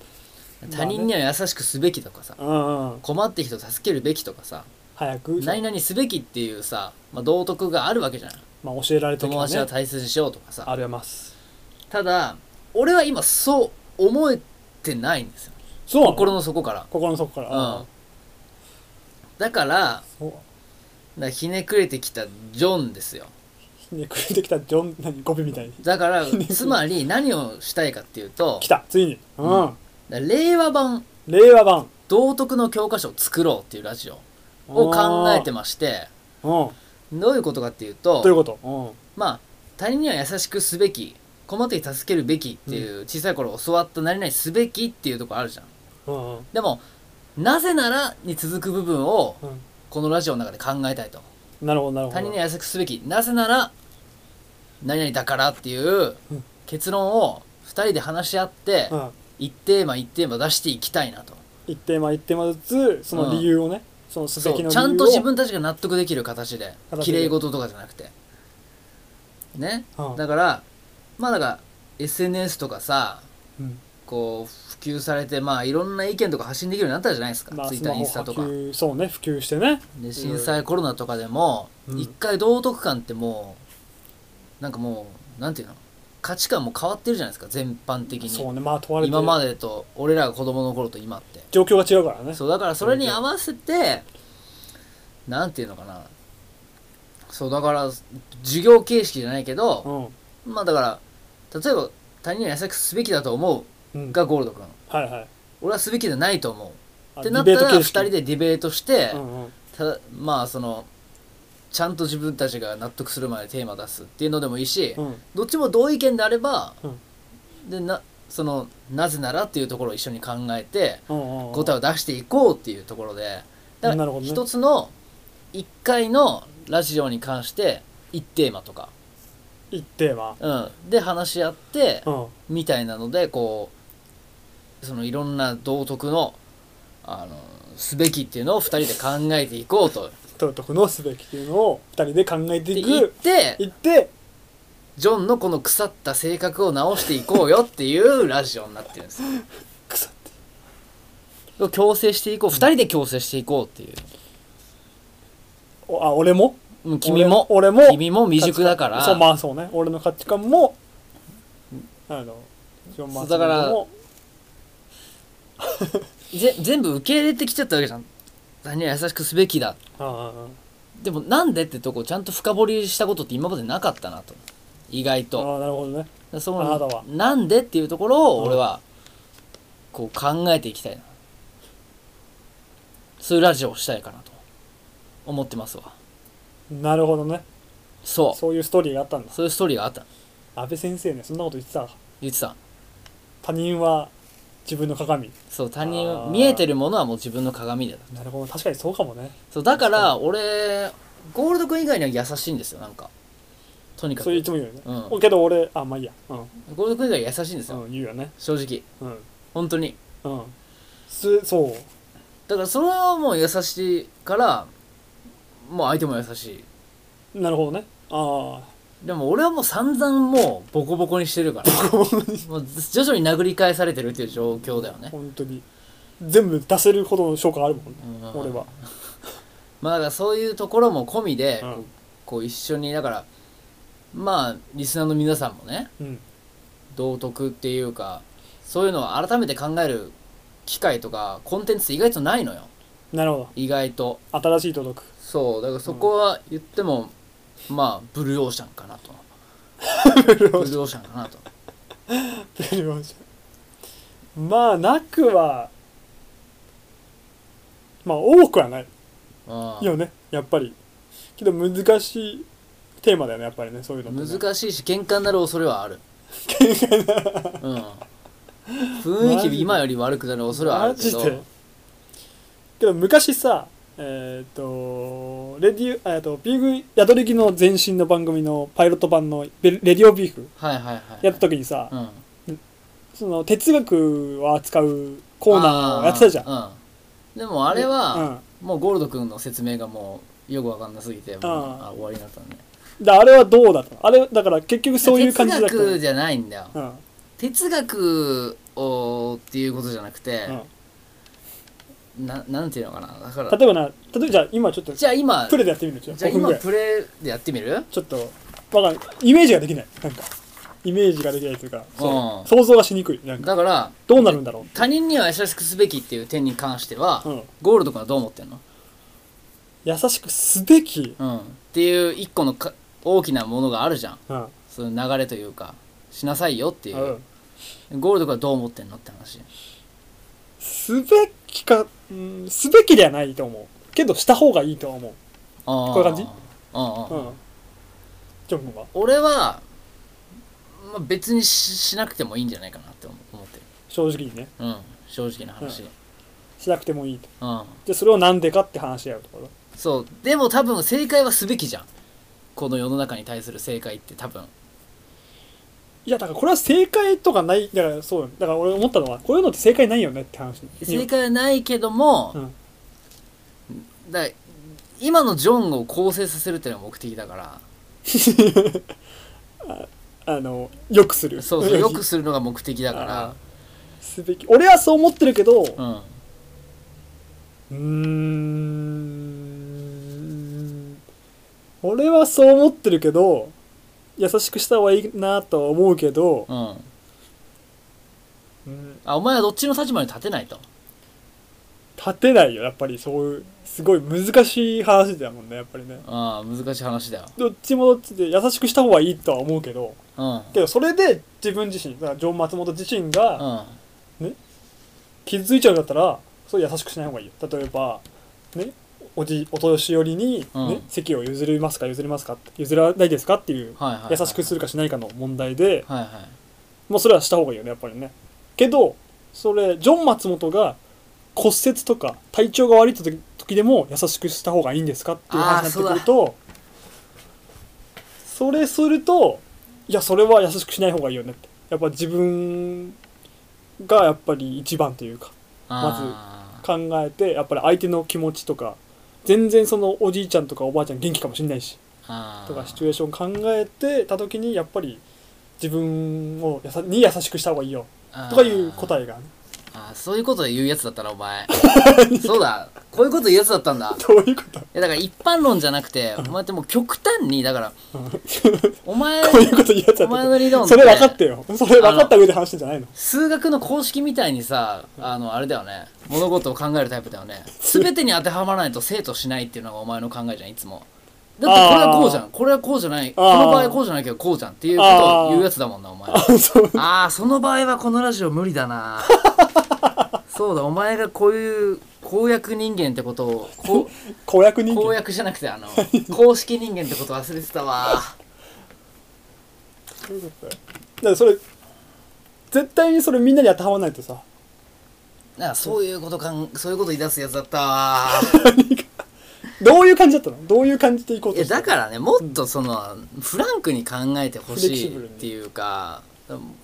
い他人には優しくすべきとかさ、聞くわうんうん困って人を助けるべきとかさ早く何々すべきっていうさ、まあ、道徳があるわけじゃないまあ教えられてき友た達はね大切にしようとかさありますただ俺は今そう思えてないんですよそうなの心の底から心の底からうんだからそうだからひねくれてきたジョンですよひねくれてきたジョン何ゴビみたいにだ *laughs* からつまり何をしたいかっていうと来たついにうん、うんだから令和版令和版道徳の教科書を作ろうっていうラジオを考えてまましてすうんどどういうことかっていうとういうことうんまあ他人には優しくすべき困った時助けるべきっていう小さい頃教わった何々すべきっていうとこあるじゃんうんうんでもなぜならに続く部分をうこのラジオの中で考えたいとんなるほどなるほど他人には優しくすべきなぜなら何々だからっていううん結論を2人で話し合ってうん一テーマ一テーマ出していきたいなと一点ま一点まずつその理由をね、そのすべそきうの理由をちゃんと自分たちが納得できる形で形で綺麗事とかじゃなくてねうんだからまあだから SNS とかさうんこう普及されてまあいろんな意見とか発信できるようになったじゃないですか、まあ、ツイッスタマーイホンスタ普とか及そうね普及してねで震災コロナとかでもうん一、回道徳観ってもうなんかもうなんていうの価値観も変わってるじゃないですか全般的そうにねまあ問われて今までと俺らが子供の頃と今って状況が違うからねそうだからそれに合わせてなんていうのかなそうだから授業形式じゃないけど、んまあだから例えば他人には優しくすべきだと思うんうがゴールド君はいはい俺はすべきじゃないと思うあってなったディベーらト2形式人でディベートして、うんうんたまあそのちゃんと自分たちが納得するまでテーマ出すっていうのでもいいし、うんどっちも同意見であれば、うんでなそのなぜならっていうところを一緒に考えてうんうん答えを出していこうっていうところでだかなるらほどね一つの一回のラジオに関して一テーマとか、一定はうん、で話し合ってうんみたいなのでこうそのいろんな道徳のあのすべきっていうのを二人で考えていこうと。道徳のすべきっていうのを二人で考えてってい言っくて行ってジョンのこの腐った性格を直していこうよっていうラジオになってるんですよ腐っを強制していこう2人で強制していこうっていうおあ俺もうん君も俺俺も君も未熟だからそうまあそうね俺の価値観もあのジョン・マーそうだから君もぜ全部受け入れてきちゃったわけじゃん他人は優しくすべきだうんうんうんでもなんでってとこをちゃんと深掘りしたことって今までなかったなと意外とああなるほどねそあなたはのなんでっていうところをうん俺はこう考えていきたいなそういうラジオをしたいかなと思ってますわなるほどねそうそういうストーリーがあったんだそういうストーリーがあったの安倍先生ねそんなこと言ってたわ言ってたの他人は自分の鏡そう他人あー見えてるものはもう自分の鏡だとなるほど確かにそうかもねそうだか確から俺ゴールド君以外には優しいんですよなんかとにかそくれいつも言うよね、うんおけど俺あまあいいやうん、うん、ゴールド君以外は優しいんですよ、言うよね正直うん本当にうんすそうだからそれはもう優しいからもう相手も優しいなるほどねああでも俺はもう散々もうボコボコにしてるからもう徐々に殴り返されてるっていう状況だよね、本当に全部出せるほどの消化あるもんねうん俺はまあだからそういうところも込みで、うんこうこう一緒にだからまあリスナーの皆さんもねうん道徳っていうかそういうのを改めて考える機会とかコンテンツって意外とないのよなるほ意外とど新しい届くそうだからそこは言っても、まあブルーオーシャンかなとブ *laughs* ブルルーーオーシャンかなとオーシャンまあなくはまあ多くはないうんよねやっぱりけど難しいテーマだよねやっぱりねそういうのってね、難しいし喧嘩になる恐れはあるうん、雰囲マジ気で今より悪くなる恐れはあるけどマジでけど昔さえっ、とレディオえーとビーグ宿り木の前身の番組のパイロット版のベレディオビーフはいはいはいやった時にさ、うんその哲学を扱うコーナーをやってたじゃんあーうんでもあれは、うんもうゴールド君の説明がもうよくわかんなすぎてもうあーあ終わりになったねであれはどうだったのあれだから結局そういう感じだった哲学じゃないんだよ、うん哲学をっていうことじゃなくて、うななんていうのかなだかん、ら例えばな例えばじゃあ今ちょっとじゃあ今プレでやってみるじゃあじゃあ5分ぐ今らいプレイでやってみるちょっとわかんないイメージができないなんかイメージができないというかそううん想像がしにくいなんかだからどうなるんだろ他人には優しくすべきっていう点に関しては、う、うん、ゴールド君はどう思ってんの、優しくすべきうん、っていう一個のか大きなものがあるじゃんうんうんその流れというかしなさいよっていう、ゴールドがどう思ってんのって話すべきか、うん、すべきではないと思うけどした方がいいとは思うああこういう感じああ、うんジョン君は俺は、まあ、別にししなくてもいいんじゃないかなって思思ってる正直にねうん正直な話、しなくてもいいとうん、でそれをなんでかって話し合うところそうでも多分正解はすべきじゃんこの世の中に対する正解って多分いやだからこれは正解とかないだからそうよだから俺思ったのはこういうのって正解ないよねって話正解はないけども、うんだから今のジョンを構成させるっていうのが目的だからあのよくするそう *laughs* そうよくするのが目的だかすべき俺はそう思ってるけどらうんうーん俺はそう思ってるけど優しくした方がいいなとは思うけど、うんうん、あお前はどっちの立場に立てないと立てないよやっぱりそういうすごい難しい話だもんねやっぱりねああ難しい話だよどっちもどっちで優しくした方がいいとは思うけどうんうんけどそれで自分自身だからジョン・松本自身が傷ついちゃうんだったらそれ優しくしない方がいいよ例えばねおじお年寄りに、ねうん席を譲りますか譲りますかって譲らないですかっていうはいはいはい優しくするかしないかの問題ではいはいもうそれはした方がいいよねやっぱりねけどそれジョン松本が骨折とか体調が悪い時時でも優しくした方がいいんですかっていう話になってくるとそれするといやそれは優しくしない方がいいよねってやっぱ自分がやっぱり一番というかあ考えてやっぱり相手の気持ちとか全然そのおじいちゃんとかおばあちゃん元気かもしれないしあとかシチュエーション考えてた時にやっぱり自分をやさに優しくした方がいいよとかいう答ええがねあーそういうこと言うやつだったなお *laughs* 前そうだこういうこと言うやつだったんだどういうこといやだから一般論じゃなくてお前ってもう極端にだからお前 *laughs* こういうこと言うやつだお前の理論っっててそれ分かってよそれ分かった上で話してんじゃないの数学の公式みたいにさあのあれだよね物事を考えるタイプだよね全てに当てはまらないと生徒しないっていうのがお前の考えじゃんいつもだってこれはこうじゃんこれはこうじゃないこあーの場合はこうじゃないけどこうじゃんっていうことを言うやつだもんなお前ああ *laughs* そうあその場合はこのラジオ無理だ *laughs* なそうだお前がこういう公約人間ってことをこ公約人公間約じゃなくてあの公式人間ってこと忘れてたわそういうことだよだからそれ絶対にそれみんなに当てはまらないとさ *laughs* なんかそういうことかんそういうこと言い出すやつだったわどういう感じだったのどういう感じでいこういとやしただからねもっとその、フランクに考えてほフレキしシいブルっにていうか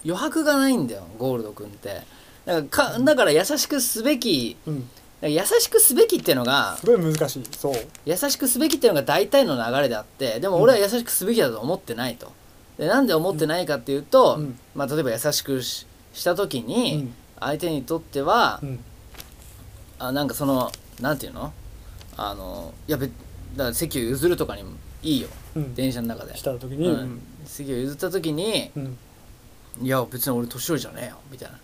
余白がないんだよゴールド君ってだからかだから優しくすべきうん優しくすべきっていうのがすごい難しいそう優しくすべきっていうのが大体の流れであってでも俺は優しくすべきだと思ってないとでなんで思ってないかっていうと、うんまあ、例えば優しくしした時うにん相手にとっては、うんあなんかそのなんていうのあのいやべだから席を譲るとかにもいいようん電車の中でした時にううんん、席を譲った時にうん「いや別に俺年寄りじゃねえよ」みたいな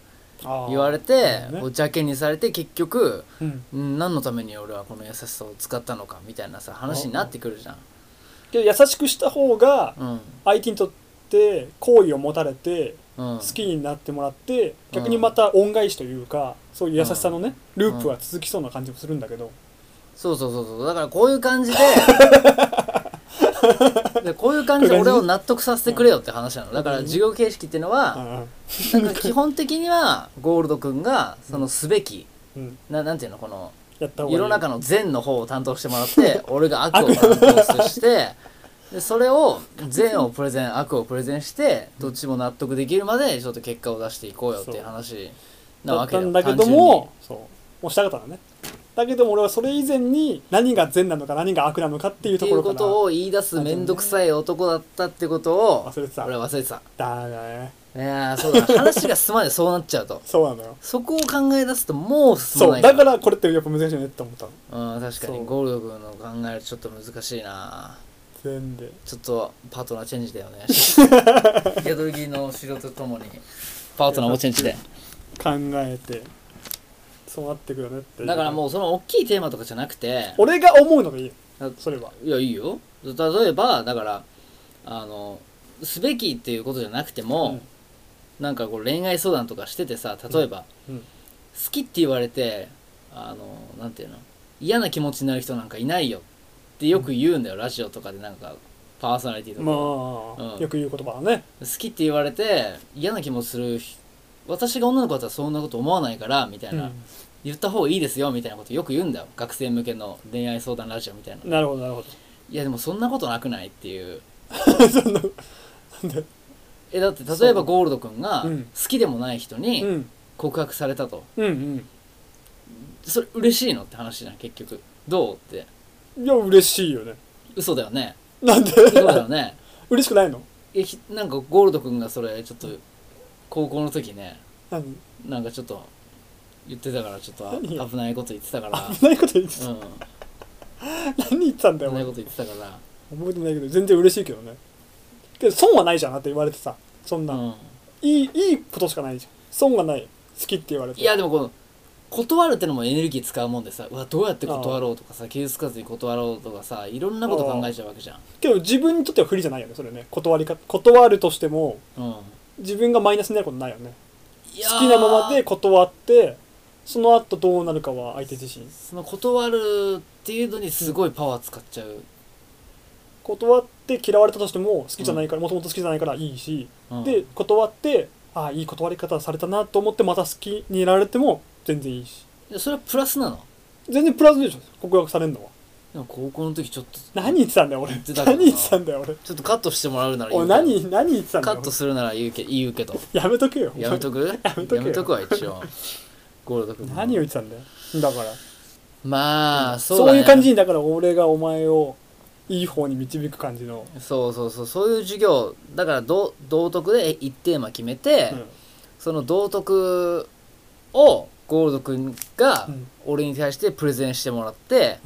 あー言われてなるほどねお邪けにされて結局うんうん何のために俺はこの優しさを使ったのかみたいなさ話になってくるじゃん。けど優しくした方がうん相手にとって好意を持たれてうん、好きになってもらって逆にまた恩返しというかそういう優しさのねループは続きそうな感じもするんだけどそうそうそうそうだからこういう感 *laughs* じででこういう感じで俺を納得させてくれよって話なのだから授業形式っていうのうんはうんなんか基本的にはゴールド君がそのすべきうんななんていうのこのやった方がいい世の中の善の方を担当してもらって *laughs* 俺が悪を担当してでそれを善をプレゼン悪をプレゼンしてどっちも納得できるまでちょっと結果を出していこうよっていう話なだわっけたよんだけどもそうもうしたかったのねだけども俺はそれ以前に何が善なのか何が悪なのかっていう単と純にこっていうろこかとらを言い出す面倒くさい男だったってことを忘れてた俺は忘れてただねいやーそうだ話が進まないでそうなっちゃう *laughs* とそうなのよそこを考え出すともう進まそなういだからこれってやっぱ難しいよねって思ったのうん確かそにうゴールド君の考えるとちょっと難しいな全でちょっとパートナーチェンジだよ *laughs* ね。ヤドリギの城とともにパートナーもチェンジで。考えてそうなってくよねっていうだからもうその大きいテーマとかじゃなくて、俺が思うのがいいよそれはいやいいよ。例えばだからあのすべきっていうことじゃなくても、うんなんかこう恋愛相談とかしててさ例えば、うんうん好きって言われてあのなんていうの嫌な気持ちになる人なんかいないよってよく言うんだよ、ラジオとかでなんかパーソナリティとか、まあ、うんよく言う言葉だね好きって言われて嫌な気もするひ私が女の子だったらそんなこと思わないからみたいな、言った方がいいですよみたいなことよく言うんだよ学生向けの恋愛相談ラジオみたいなうんなるほどなるほいやでもそんなことなくないって *laughs* いうどそんななんでえだって例えばゴールドくんがうん好きでもない人うにん告白されたと、うんそれ嬉しいのって話じゃん結局どうってうんいや嬉しいよね嘘だよねなんで嘘だよね *laughs* 嬉しくないのえひなんかゴールドくんがそれちょっと高校の時ね何 *laughs* なんかちょっと言ってたからちょっとあ何よ危ないこと言ってたから危ないこと言ってたうん何言ってたんだよ危ない俺こと言ってたから覚えてないけど全然嬉しいけどねけど損はないじゃんだって言われてさそんな、うんいいいいことしかないじゃん損がない好きって言われていやでもこの断るってのもエネルギー使うもんでさうわどうやって断ろうとかさ傷つかずに断ろうとかさいろんなこと考えちゃうわけじゃんけど自分にとっては不利じゃないよねそれね断りか断るとしてもうん自分がマイナスになることないよねいやー好きなままで断ってその後どうなるかは相手自身その断るっていうのにすごいパワー使っちゃう、断って嫌われたとしても好きじゃないからもともと好きじゃないからいいし、うんで断ってああいい断り方されたなと思ってまた好きになられても全然いいしそれはプラスなの全然プラスでしょ告白されるのはでも高校の時ちょっと何言ってたんだよ俺言ってたけどな何言ってたんだよ俺ちょっとカットしてもらうならおけいど何何言ってたんだカよッ俺トするなら言うけ言うけどやめとけよやめとくやめとけよめとくわ一応ゴールド君何を言ってたんだよだからまあそう,、そうだねいう感じにだから俺がお前をいい方に導く感じの、そうそうそうそういう授業だから道道徳で一テーマ決めて、うんその道徳をゴールド君がうん俺に対してプレゼンしてもらって、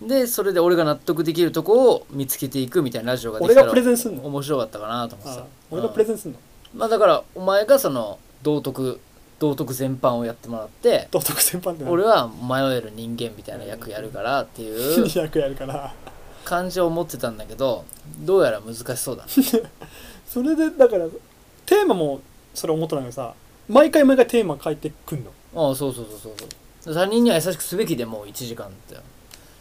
うんでそれで俺が納得できるとこを見つけていくみたいなラジオがで俺きたがプレらゼンすんの面白かったかなと思ってあさあ俺がプレゼンすんのうんまあだからお前がその道徳道徳全般をやってもらって道徳全般って *laughs* 俺は迷える人間みたいな役やるからっていう200やるから感じを持ってたんだけどどうやら難しそうだねそれでだからテーマもそれ思ったんだけどさ毎回毎回テーマ書いてくんのああそうそうそうそうそう他人には優しくすべきでもう1時間だよ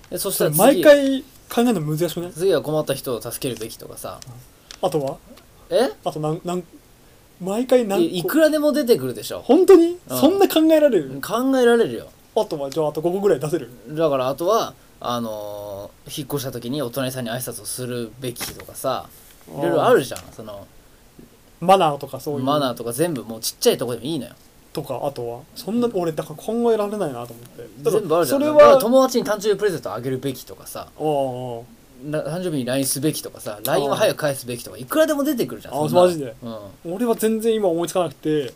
でそしそたられ毎次回考えるの難しくない次は困った人を助けるべきとかさあとはえあとなんなん毎回何いいくらでも出てくるでしょ本当にうんそんな考えられる考えられるよあとはじゃああと5個ぐらい出せるだからあとはあのー引っ越した時にお隣さんに挨拶をするべきとかさいろいろあるじゃんそのマナーとかそういうマナーとか全部もうちっちゃいとこでもいいのよとかあとはそんな俺だから考えられないなと思ってだから全部あるじゃんそれだからは友達に誕生日プレゼントあげるべきとかさおうな誕生日に LINE すべきとかさ LINE は早く返すべきとかいくらでも出てくるじゃんあそんなのマジでうん、うおう俺は全然今思いつかなくて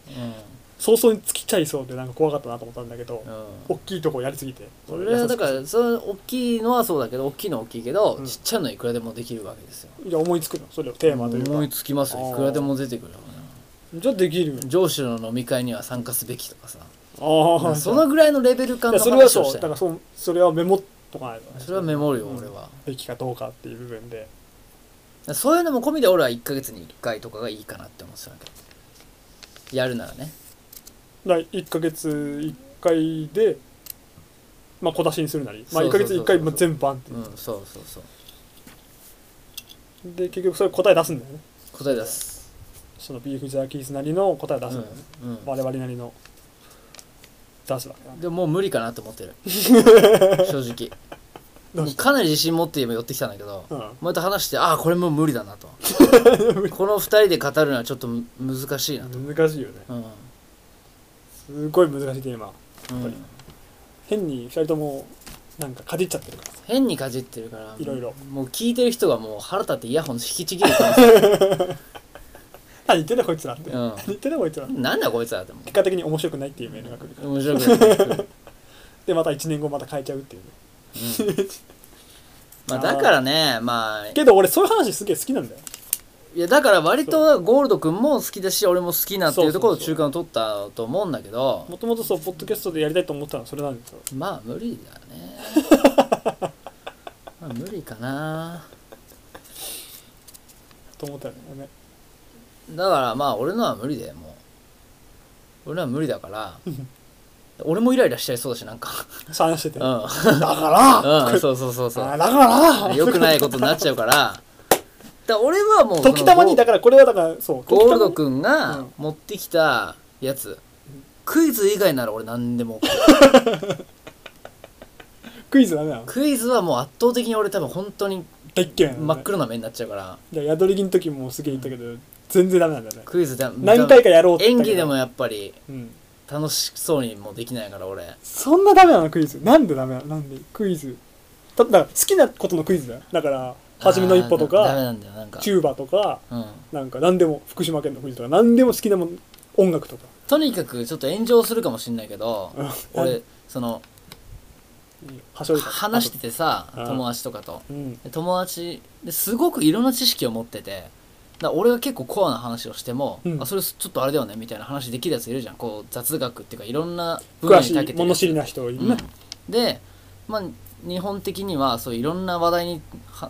早々に尽きちゃいそうでなんか怖かったなと思ったんだけどんうん大きいとこやりすぎて俺はだか優らしその大きいのはそうだけど大きいのは大きいけど、うんちっちゃいのはいくらでもできるわけですよくいや思いつくのそれをテーマというか思いつきますよいくらでも出てくるよじゃあできるよ上司の飲み会には参加すべきとかさああそのぐらいのレベルい感やのそれは話をそうしただいかそらそうそれはメモっとかないとねれはメモるようん俺は、べきかどうかっていう部分でそういうのも込みで俺は1ヶ月に1回とかがいいかなって思ってたわけやるならねだから1ヶ月1回でまあ小出しにするなりまあそ1うそうヶそう月そう1回まあ全部バンってうんそうそうそうで結局それ答え出すんだよね答え出すそのビーフジャーキーズなりの答え出すんだよねうん、我々なりの出すわけなうんん、だでももう無理かなって思って *laughs* る正どう直かなり自信持って今寄ってきたんだけど、うんまた話してああこれもう無理だな *laughs* とこの2人で語るのはちょっとむ難しいなと難しいよねうん、すごい難しいテーマうぱりん、変に2人ともなんかかじっちゃってるからさ変にかじってるからいろいろもう聞いてる人がもう腹立ってイヤホン引きちぎるかもし何言ってんだこいつらってれな何い、 *laughs* 言ってんだこいつらうん、なんだこいつだっても結果的に面白くないっていうメールが来るう面白くない、 *laughs* うんでまた1年後また変えちゃうっていうねまあ、だからねまあけど俺そういう話すげえ好きなんだよいやだから割とゴールド君も好きだし俺も好きなっていうところをそう中そう間を取ったと思うんだけどもともとそうポッドキャストでやりたいと思ってたのはそれなんですよまあ無理だね *laughs* まあ無理かなと思ったよねだからまあ俺のは無理だよもう俺のは無理だから *laughs* 俺もイライラしちゃいそうだしなんか話しててうだ *laughs* ん、から、うん、そうそうそうそあうだから良くないことになっちゃうからだから俺はもう時たまにだかからこれはだからそうゴールド時君うがん持ってきたやつクイズ以外なら俺何でもたまクイズだねクイズはもう圧倒的に俺多分本当に大っ嫌いな真のっね黒な目になっちゃうからいや宿り着の時もすげえ言ったけど全然ダメなんだよねクイズで何回かやろうって言演ったけ技どでもやっぱりうん楽しそうにもできないから俺そんなダメなのクイズなんでダメなのなんでクイズだだから好きなことのクイズだよだから初めの一歩とあーダメかなんだよなんかキューバとかうんなんか何でも福島県のクイズとか何でも好きなもん音楽とかとにかくちょっと炎上するかもしんないけどうん俺そのはしょいから話しててさうん友達とかとうんで友達ですごくいろんな知識を持っててだから俺が結構コアな話をしても、うんあそれちょっとあれだよねみたいな話できるやついるじゃんこう雑学っていうかいろんな分野に長詳けしているやつ物知りな人いるう、なんで、まあ、日本的にはそういろんな話題には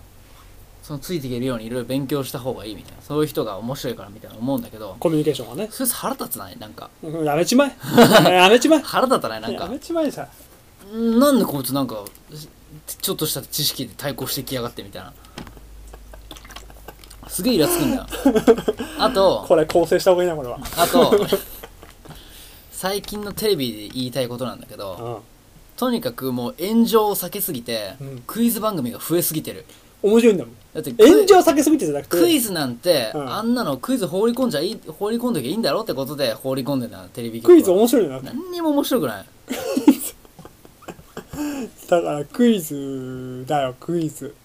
そのついていけるようにいろいろ勉強した方がいいみたいなそういう人が面白いからみたいな思うんだけどコミュニケーションはねそれ腹立つないなんかうんやめちまえ *laughs* やめちまえ腹立たないなんやかめちまえさなんでこいつなんかちょっとした知識で対抗してきやがってみたいなすげえイラつく *laughs* んだよあとこれ構成した方がいいなこれはあと最近のテレビで言いたいことなんだけど、とにかくもう炎上を避けすぎて、うんクイズ番組が増えすぎてるうん面白いんだもんだってクイ炎上避けすぎてじゃなくてクイズなんて、うんあんなのクイズ放り込んじゃいい放り込んどきゃいいんだろってことで放り込んでたテレビ局はクイズ面白いんだよ何にも面白くないだからクイズだよクイズ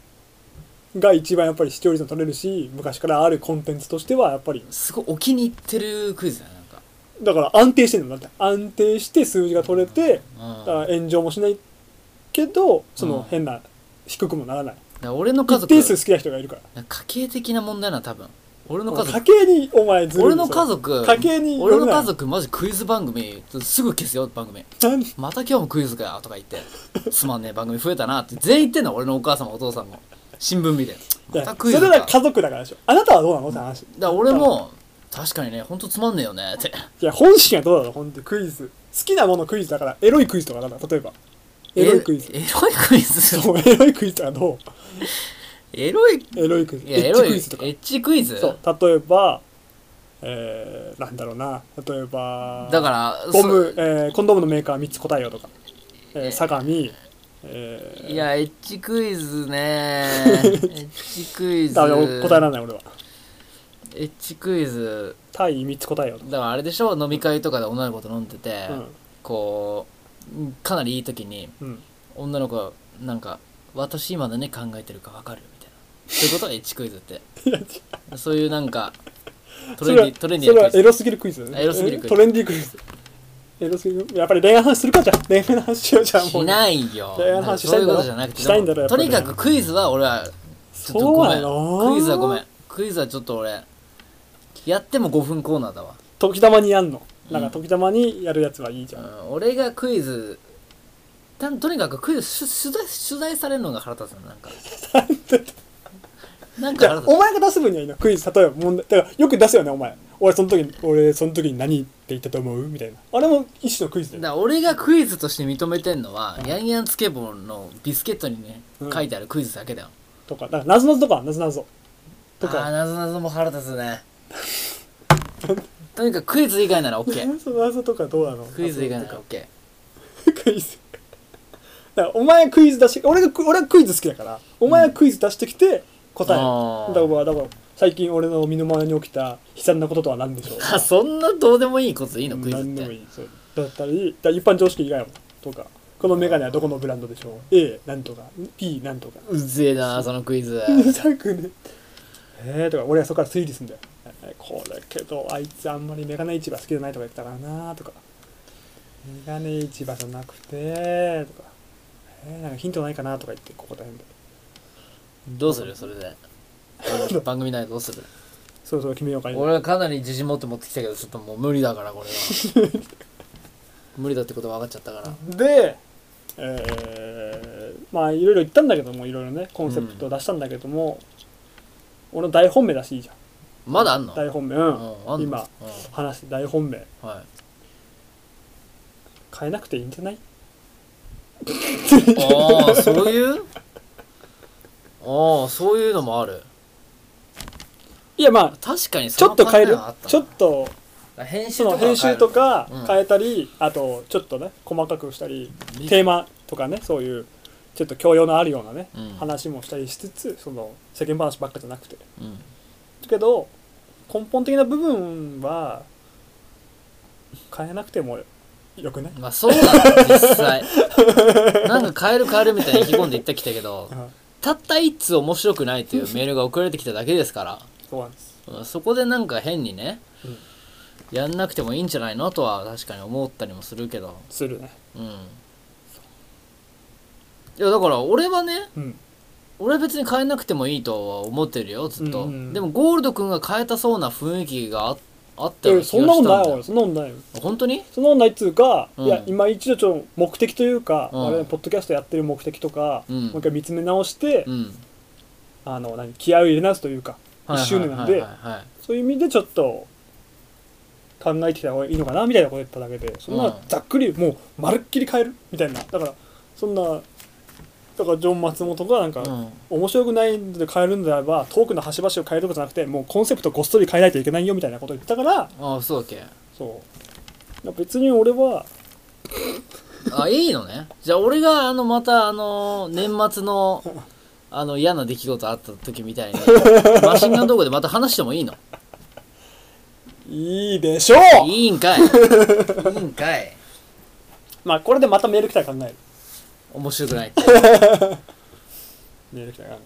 が一番やっぱり視聴率も取れるし昔からあるコンテンツとしてはやっぱりすごいお気に入ってるクイズだよなんかだから安定してるのだって安定して数字が取れてうんだから炎上もしないけどそうのん変な低くもならないだから俺の家一族定数好きな人がいるから家計的な問題なの多分俺の家家族計にお前ずるい俺の家族家計に俺の家族マジクイズ番組すぐ消すよ番組なんまた今日もクイズかよとか言って *laughs* つまんねえ番組増えたなって全員言ってんの俺のお母さんもお父さんも新聞見ていまやたそクイれズかなら家族だからでしょあなたはどうなのって話だから俺も確かにねほんとつまんねえよねっていや本心はどうだろう本当にクイズ好きなものクイズだからエロいクイズとかなんだ例えばエロいクイズエロいクイズそうエロいクイズはどうエロいいエロいクイズやエエッチロクいイズとかエッチクイズそう例えばえー、なんだろうな例えばだからゴそうム、えーコンドームのメーカー3つ答えようとか、えー、相模、えー、いやエッチクイズ *laughs* ねエッチクイズだめ答えられない俺はエッチクイズタイ3つ答えようとか、だからあれでしょ飲み会とかで女の子と飲んでて、こうかなりいい時にうんうん女の子がなんか「私今何考えてるか分かる?」みたいなそういうことはエッチクイズ *laughs* ってそういうなんかトレンディトレンディそれなはクイズエロすぎるクイズだねエロすぎるクイズえトレンディークイズエロすぎるやっぱり恋愛の話するかじゃあ恋愛の話しようじゃあもしうないよ。恋愛のなんか話しそたういいうこんだろとじゃなくて、したいんだろやっとぱりにかくクイズは俺は、ちょっとそうごなめのん。クイズはごめん。クイズはちょっと俺、やっても5分コーナーだわ。時たまにやんのなんか時たまにやるやつはいいじうゃん、ん、俺がクイズ、たとにかくクイズし取材取材されるのが腹立つの、なんか。なんじか腹ゃあ立お前が出す分にはいいのクイズ例えば問題だからよく出すよねお前俺その時に俺その時に何って言ったと思うみたいなあれも一種のクイズだつ。だよから俺がクイズとして認めてんのは、ヤンヤンつけ棒のビスケットにねうん、書いてあるクイズだけだよ。とかだからなぞなぞとかなぞなぞあとかあー、なぞなぞも腹立つね。とにかくクイズ以外なら OK。謎謎とかどうなのクイズ以外な謎らと OK。か *laughs* クイズだからお前クイズ出して俺がク俺はクイズ好きだからお前はクイズ出してきて答える、あーだからだから最近俺の身の回りに起きた悲惨なこととは何でし *laughs* ょうあそんなどうでもいいこといいのクイズっ何でもいていそうだったりだから一般常識以外もとかこのメガネはどこのブランドでしょう A なんとか P なんとかうぜえなそのクイズうざくねえー、とか俺はそこから推理するんだよえーこれけどあいつあんまりメガネ市場好きじゃないとか言ってたからなとかメガネ市場じゃなくてとかえー、なんかヒントないかなとか言ってここ大変だよどうするそれ *laughs* で俺番組内でどうするそろそろ決めようか今俺はかなり自信持って持ってきたけどちょっともう無理だからこれは *laughs* 無理だってこと分かっちゃったからでえー、まあいろいろ言ったんだけどもいろいろねコンセプトを出したんだけども、俺の大本命だしいいじゃんまだあんの大本命ううんんあんの今話大本命うんはい変えなくていいんじゃないああそういうああそういうのもあるいやまあ確かにちそょのっと変え考るはあったなちょっと編集とかそは変えの編る集とかうん変えたり、あとちょっとね細かくしたり理解テーマとかねそういうちょっと教養のあるようなね、うん話もしたりしつつその世間話ばっかじゃなくてうんけど根本的な部分は変えなくてもよくない、まあそうなの実際なんか変える変えるみたいに意気込んで言ってきたけどうんたった一通面白くないというメールが送られてきただけですからそうなんですうんそこでなんか変にね、うんやんなくてもいいんじゃないのとは確かに思ったりもするけどするねうんいやだから俺はねうん俺は別に変えなくてもいいとは思ってるよずっと、うんうんうんでもゴールド君が変えたそうな雰囲気がああったようえな気そんがなこしたとなんいだよよそんなことないよ本当にそんなことないっつうか、うんいや今一度ちょっと目的というか、うん我々のポッドキャストやってる目的とか、うんもう一回見つめ直して、うんあの何気合を入れ直すというか一周年なんではいはいはいはいそういう意味でちょっと考えてきた方がいいのかなみたいなこと言っただけでそんうんなざっくりもうまるっきり変えるみたいなだからそんなだからジョン・松本がなんか、うん面白くないので変えるんであればトークの端々を変えるとかじゃなくてもうコンセプトごっそり変えないといけないよみたいなこと言ったからああそうだっけそう別に俺はあいいのねじゃあ俺があのまたあの年末のあの嫌な出来事あった時みた *laughs* いにマシンガン動画でまた話してもいいのいいでしょいういんかいいいんかいまあこれでまたメール来たら考える面白くないってメール来たら考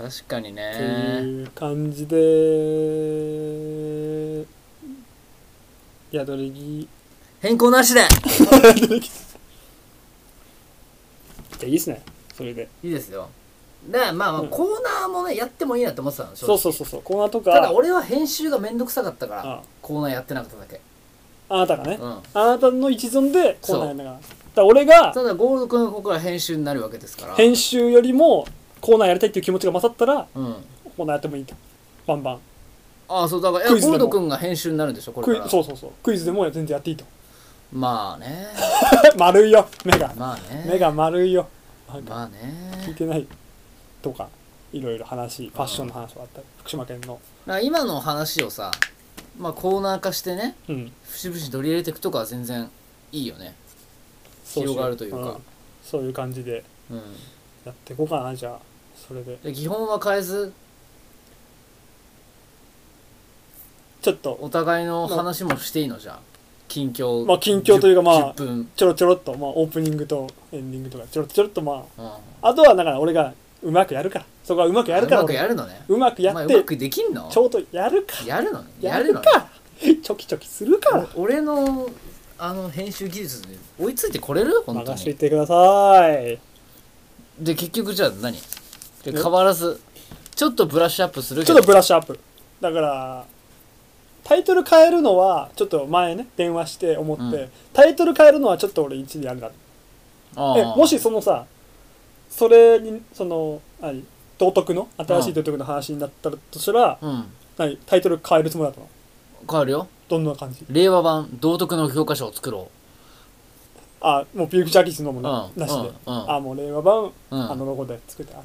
える確かにっねていう感じで宿りぎ変更なしでじゃあいいっすねそれでいいですよねまあまあうんコーナーもねやってもいいなって思ってたの正そ直うそうそうそうコーナーとかただ俺は編集がめんどくさかったからあコーナーやってなかっただけあなたがね、うんあなたの一存でコーナーやんだからだから俺がただゴールド君はここから編集になるわけですから編集よりもコーナーやりたいっていう気持ちが勝ったらうんコーナーやってもいいとバンバンああそうだからいクやイズゴーでもルド君が編集になるんでしょこクれイからそうそうそうクイズでも全然やっていいと *laughs* まあね丸いよ目がまあね *laughs* 目が丸いよなんかまあ聞いねてないとかいろいろ話ファッションの話もあったり福島県のだから今の話をさまあコーナー化してねうん節々取り入れていくとかは全然いいよねそうしよ広がるというかんそういう感じでうんやっていこうかなじゃあそれでで基本は変えずちょっとお互いの話もしていいのじゃあ近況まあ近況というかま10あ分、ちょろちょろっと、まあ、オープニングとエンディングとかちょろちょろっとまうん、ああとはだから俺がうまくやるからそこはうまくやるからうまくや俺るのねうまくやお前っうまてくできんのちょうどやるかやるのねやるのねかチョキチョキするからお俺のあの編集技術で追いついてこれる本当任せていにってくださいで結局じゃあ何でえ変わらずちょっとブラッシュアップするちけょっどとブラッシュアップだからタイトル変えるのはちょっと前ね電話して思って、うんタイトル変えるのはちょっと俺一理あるなああえもしそのさそれにその何道徳の新しい道徳の話になったとしたら、うん何タイトル変えるつもりだったの変わるよどんな感じ令和版道徳の教科書を作ろあもうピークジャーキスのもう、な,、うんなしで、うんうんあもう令和版、うんあのロゴで作ってあ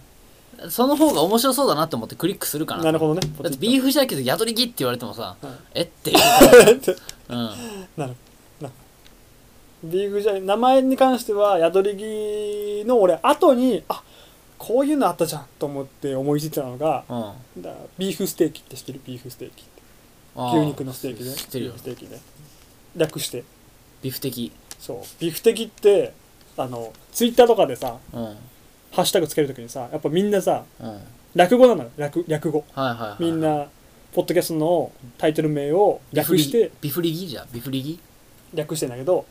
その方が面白そうだなと思ってクリックするかななるほどねだってポチッとビーフジャーキーで宿りぎって言われてもさ、うんえって *laughs* いううんなるなビーグジャイ名前に関しては宿り木の俺後にあこういうのあったじゃんと思って思いついたのがうんだビーフステーキって知ってるビーフステーキってあー牛肉のステーキね知ってるビーよフステーキね略してビフ的そうビーフ的ってあのツイッターとかでさうんうんハッシュタグつけるときにさやっぱみんなさはい略語なのよ略略語はいはいみんなポッドキャストのタイトル名を略してビフリギじゃんビフリギ略してんだけど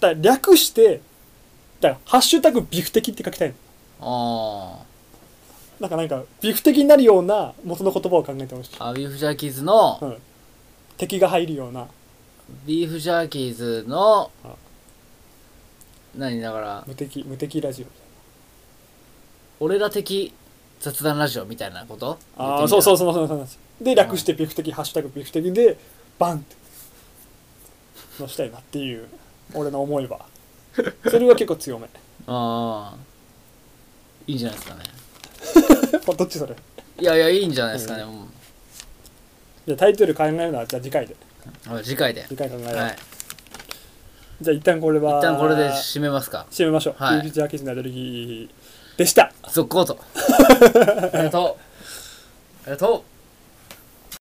だから略してだから「ハッシュタグビフ的」って書きたいのあなんかなんかビフ的になるような元の言葉を考えてほしいー、あビーフジャーキーズの、うん、敵が入るようなビーフジャーキーズのあ何だから無敵無敵ラジオ俺ら的雑談ラジオみたいなことああそうそううそうそうそうそうで略してピクテキハッシュタグピクテキでバンってのしたいなっていう俺の思いはそれは結構強め *laughs* ああいいんじゃないですかねどっちそれいやいやいいんじゃないですかね、ううんじゃあタイトル考えるのはじゃあ次回ではい次回で、次回考えよう、はい、じゃあ一旦これは一旦これで締めますか締めましょう。はいビーフジャーキーズのアレルギーでした。 *laughs* 続行とありがとうありがとう